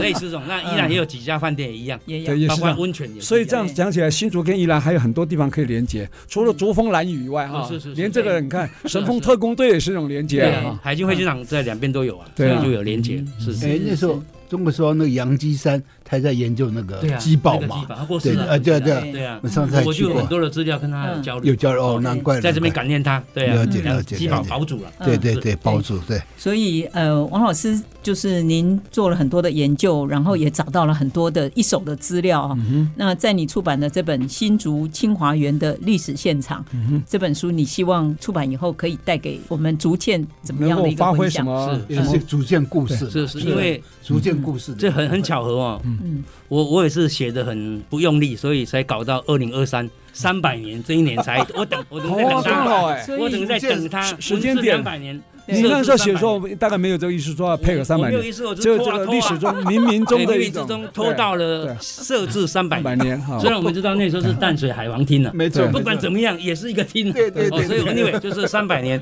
S4: 类似这种，那依然也有几家饭店也一样，
S2: [LAUGHS]
S1: 也有
S2: 对，也
S4: 包
S2: 是这
S4: 括
S2: 样。
S4: 温泉也是一样。
S2: 所以这样讲起来，新竹跟宜兰还有很多地方可以连接，除了竹峰兰屿以外，哈
S4: 嗯是是，是
S2: 连这个你看，神风特工队也是一种连接
S4: 对
S2: 啊
S4: 啊
S2: 哈，，
S4: 海军飞机场在两边都有啊，所
S2: 对啊
S4: 以就有连接，是是。
S3: 哎，那时候中国说那个杨基山，他在研究那个
S4: 对啊，
S3: 基宝
S4: 那个
S3: 嘛
S4: 鸡，堡他过世
S3: 对
S4: 了，
S3: 啊，对啊，对啊，
S4: 对啊
S3: 我，上次还
S4: 我
S3: 去
S4: 就有
S3: 过
S4: 很，多的资料跟他有交
S3: 有
S4: 流，
S3: 交流哦，难怪
S4: 在这边
S3: 难怪
S4: 感念他，对啊，
S3: 了解了解
S4: 鸡堡
S3: 了解
S4: 堡主了，
S1: 嗯
S3: 对对对，包住对，
S1: 所以，呃，王老师就是您做了很多的研究，然后也找到了很多的一手的资料
S2: 嗯
S1: 啊、那在你出版的这本《新竹清华园的历史现场》
S2: 嗯
S1: 这本书，你希望出版以后可以带给我们竹堑怎么
S2: 能
S1: 样
S2: 够
S1: 的一个
S2: 发挥
S1: 回
S2: 什
S1: 响？
S2: 么
S4: 是
S3: 也是逐渐故事，
S4: 是是，因为
S3: 逐渐故事的，
S4: 这很很巧合哦，
S1: 嗯，
S4: 我我也是写的很不用力，所以才搞到二零二三三百年这一年
S2: [LAUGHS]
S4: 才，我等我等在
S2: 哦刚
S4: 等，他，
S2: 好哎。
S1: 所
S4: 我等
S1: 以，
S4: 在等他
S2: 时时间点
S4: 两百年，
S2: 你
S4: 设
S2: 那
S4: 置
S2: 时候写的
S4: 300
S2: 时候，大概没有这个意思，说要配合三
S4: 我
S2: 百
S4: 没有
S2: 年，
S4: 意思，我
S2: 只有
S4: 就
S2: 这
S4: 拖啊
S2: 个
S4: 拖
S2: 历
S4: 啊
S2: 史中冥
S4: [LAUGHS]
S2: 冥中
S4: 对
S2: 的
S4: 历
S2: 一
S4: 史
S2: 种
S4: 中拖到了
S2: 对
S4: 设置三百
S2: 三百
S4: 年。
S2: 年哈
S4: 虽。然我们知道那时 [LAUGHS] 候是啊淡水海王厅了，啊
S3: 没错，
S2: 对
S4: [LAUGHS] 不管怎
S3: 么，
S4: 么样也是一个厅啊。
S3: 对对
S4: 哦，
S3: 对，
S4: 所以 anyway 就是三
S2: [LAUGHS]
S4: 百年，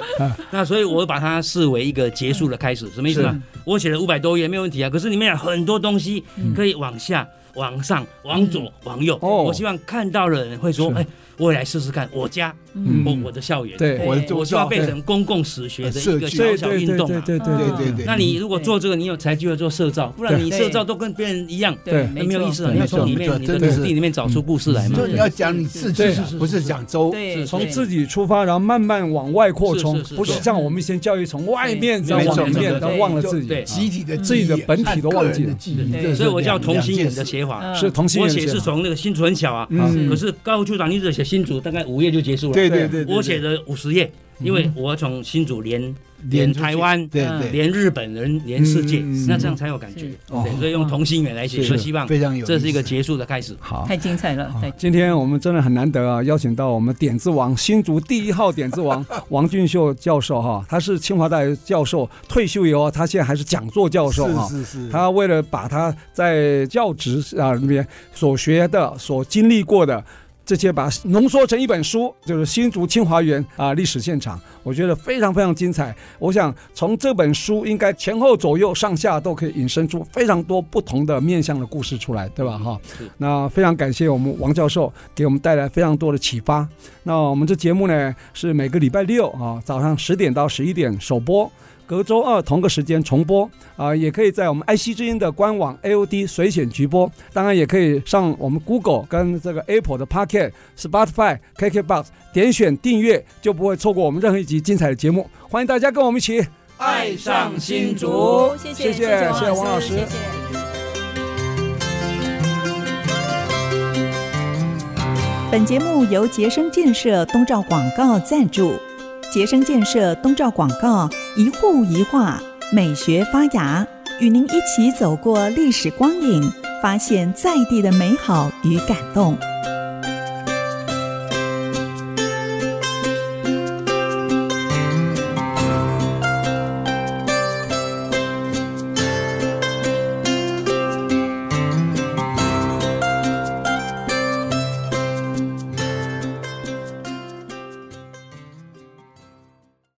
S4: 那所以我把它视为一个结束的开始，什么意思呢？我写了五百多页没有问题啊，可是里面有很多东西可以往下。往上、往左、往右。
S2: 嗯哦
S4: 我希望看到的人会说：“
S2: 是
S4: 哎，我也来试试看我家，
S2: 嗯
S4: 我我的校园。”
S2: 对
S1: 对
S3: 我的
S4: 我
S3: 宗
S4: 希望
S3: 教
S4: 变
S3: 对
S4: 成公共史学的一
S3: 社
S4: 个
S3: 区
S4: 小
S2: 对
S4: 小
S2: 对
S4: 运
S2: 对
S4: 动
S2: 对
S4: 啊。
S2: 对对对
S3: 对
S2: 对
S3: 对
S4: 那你如果做这个，你有才具要做社造，不然你
S1: 对
S4: 社造都跟别人一样，
S2: 对
S4: 没有意思啊！
S1: 错
S4: 你要从里面
S3: 没错
S4: 你的
S3: 真的是
S4: 土地里面找出故事来嘛
S3: 就。你要讲你自己啊
S2: 是是，
S3: 不是讲州。
S1: 对，
S2: 从
S1: 对
S2: 自己出发，然后慢慢往外扩充
S4: 是是，是
S2: 不是
S4: 是
S2: 像我们以前教育从外面
S4: 对
S2: 再
S4: 没错
S2: 往里面，
S4: 没错
S2: 但忘了
S3: 对
S2: 自己
S4: 对
S2: 啊
S3: 集体的
S2: 自己的
S3: 记忆
S2: 本体都
S3: 按个
S2: 忘
S3: 人
S2: 记了
S3: 的记忆
S1: 对，
S3: 这是
S4: 所以我
S3: 两
S4: 叫同心
S3: 两
S4: 圆
S3: 件
S4: 的
S3: 事
S4: 写法，
S2: 啊是同心
S4: 我
S2: 圆
S4: 写
S2: 结
S4: 是
S2: 合
S4: 从那个新竹很小啊，
S2: 嗯
S4: 可是高处长一直写新竹，大概五页就结束了。
S3: 对对对，对嗯
S4: 我写了五十页，因为我要从新竹连
S3: 连
S4: 连
S3: 出去
S4: 台湾、
S3: 对
S1: 嗯
S3: 对，
S4: 连日本人、连世界
S2: 嗯，
S4: 那这样才有感觉。
S3: 哦
S4: 对，所以用同心圆来写，
S2: 是
S4: 是希望
S3: 非常有意思，
S4: 这是一个结束的开始。
S2: 好。
S1: 太精彩了，太
S2: 今天我们真的很难得啊，邀请到我们点子王新竹第一号点子王 [LAUGHS] 王俊秀教授哈、他是清华大学教授，退休以后啊他现在还是讲座教授啊。
S3: 是是是，
S2: 他为了把他在教职啊里面所学的、所经历过的这些，把它浓缩成一本书，就是《新竹清华园》啊历史现场，我觉得非常非常精彩。我想从这本书应该前后左右上下都可以引申出非常多不同的面向的故事出来，对吧？哈
S4: 是，
S2: 那非常感谢我们王教授给我们带来非常多的启发。那我们这节目呢是每个礼拜六啊早上十点到十一点首播。隔周二同个时间重播啊、也可以在我们爱惜之音的官网 AOD 随选直播，当然也可以上我们 Google 跟这个 Apple 的 Pocket、Spotify、KKBox 点选订阅，就不会错过我们任何一集精彩的节目。欢迎大家跟我们一起。
S4: 爱上新
S2: 竹
S1: 谢
S2: 谢
S1: 谢
S2: 谢谢谢王老师
S1: 谢谢。
S7: 本节目由杰生建设东照广告赞助。杰生建设东照广告，一户一画，美学发芽，与您一起走过历史光影，发现在地的美好与感动。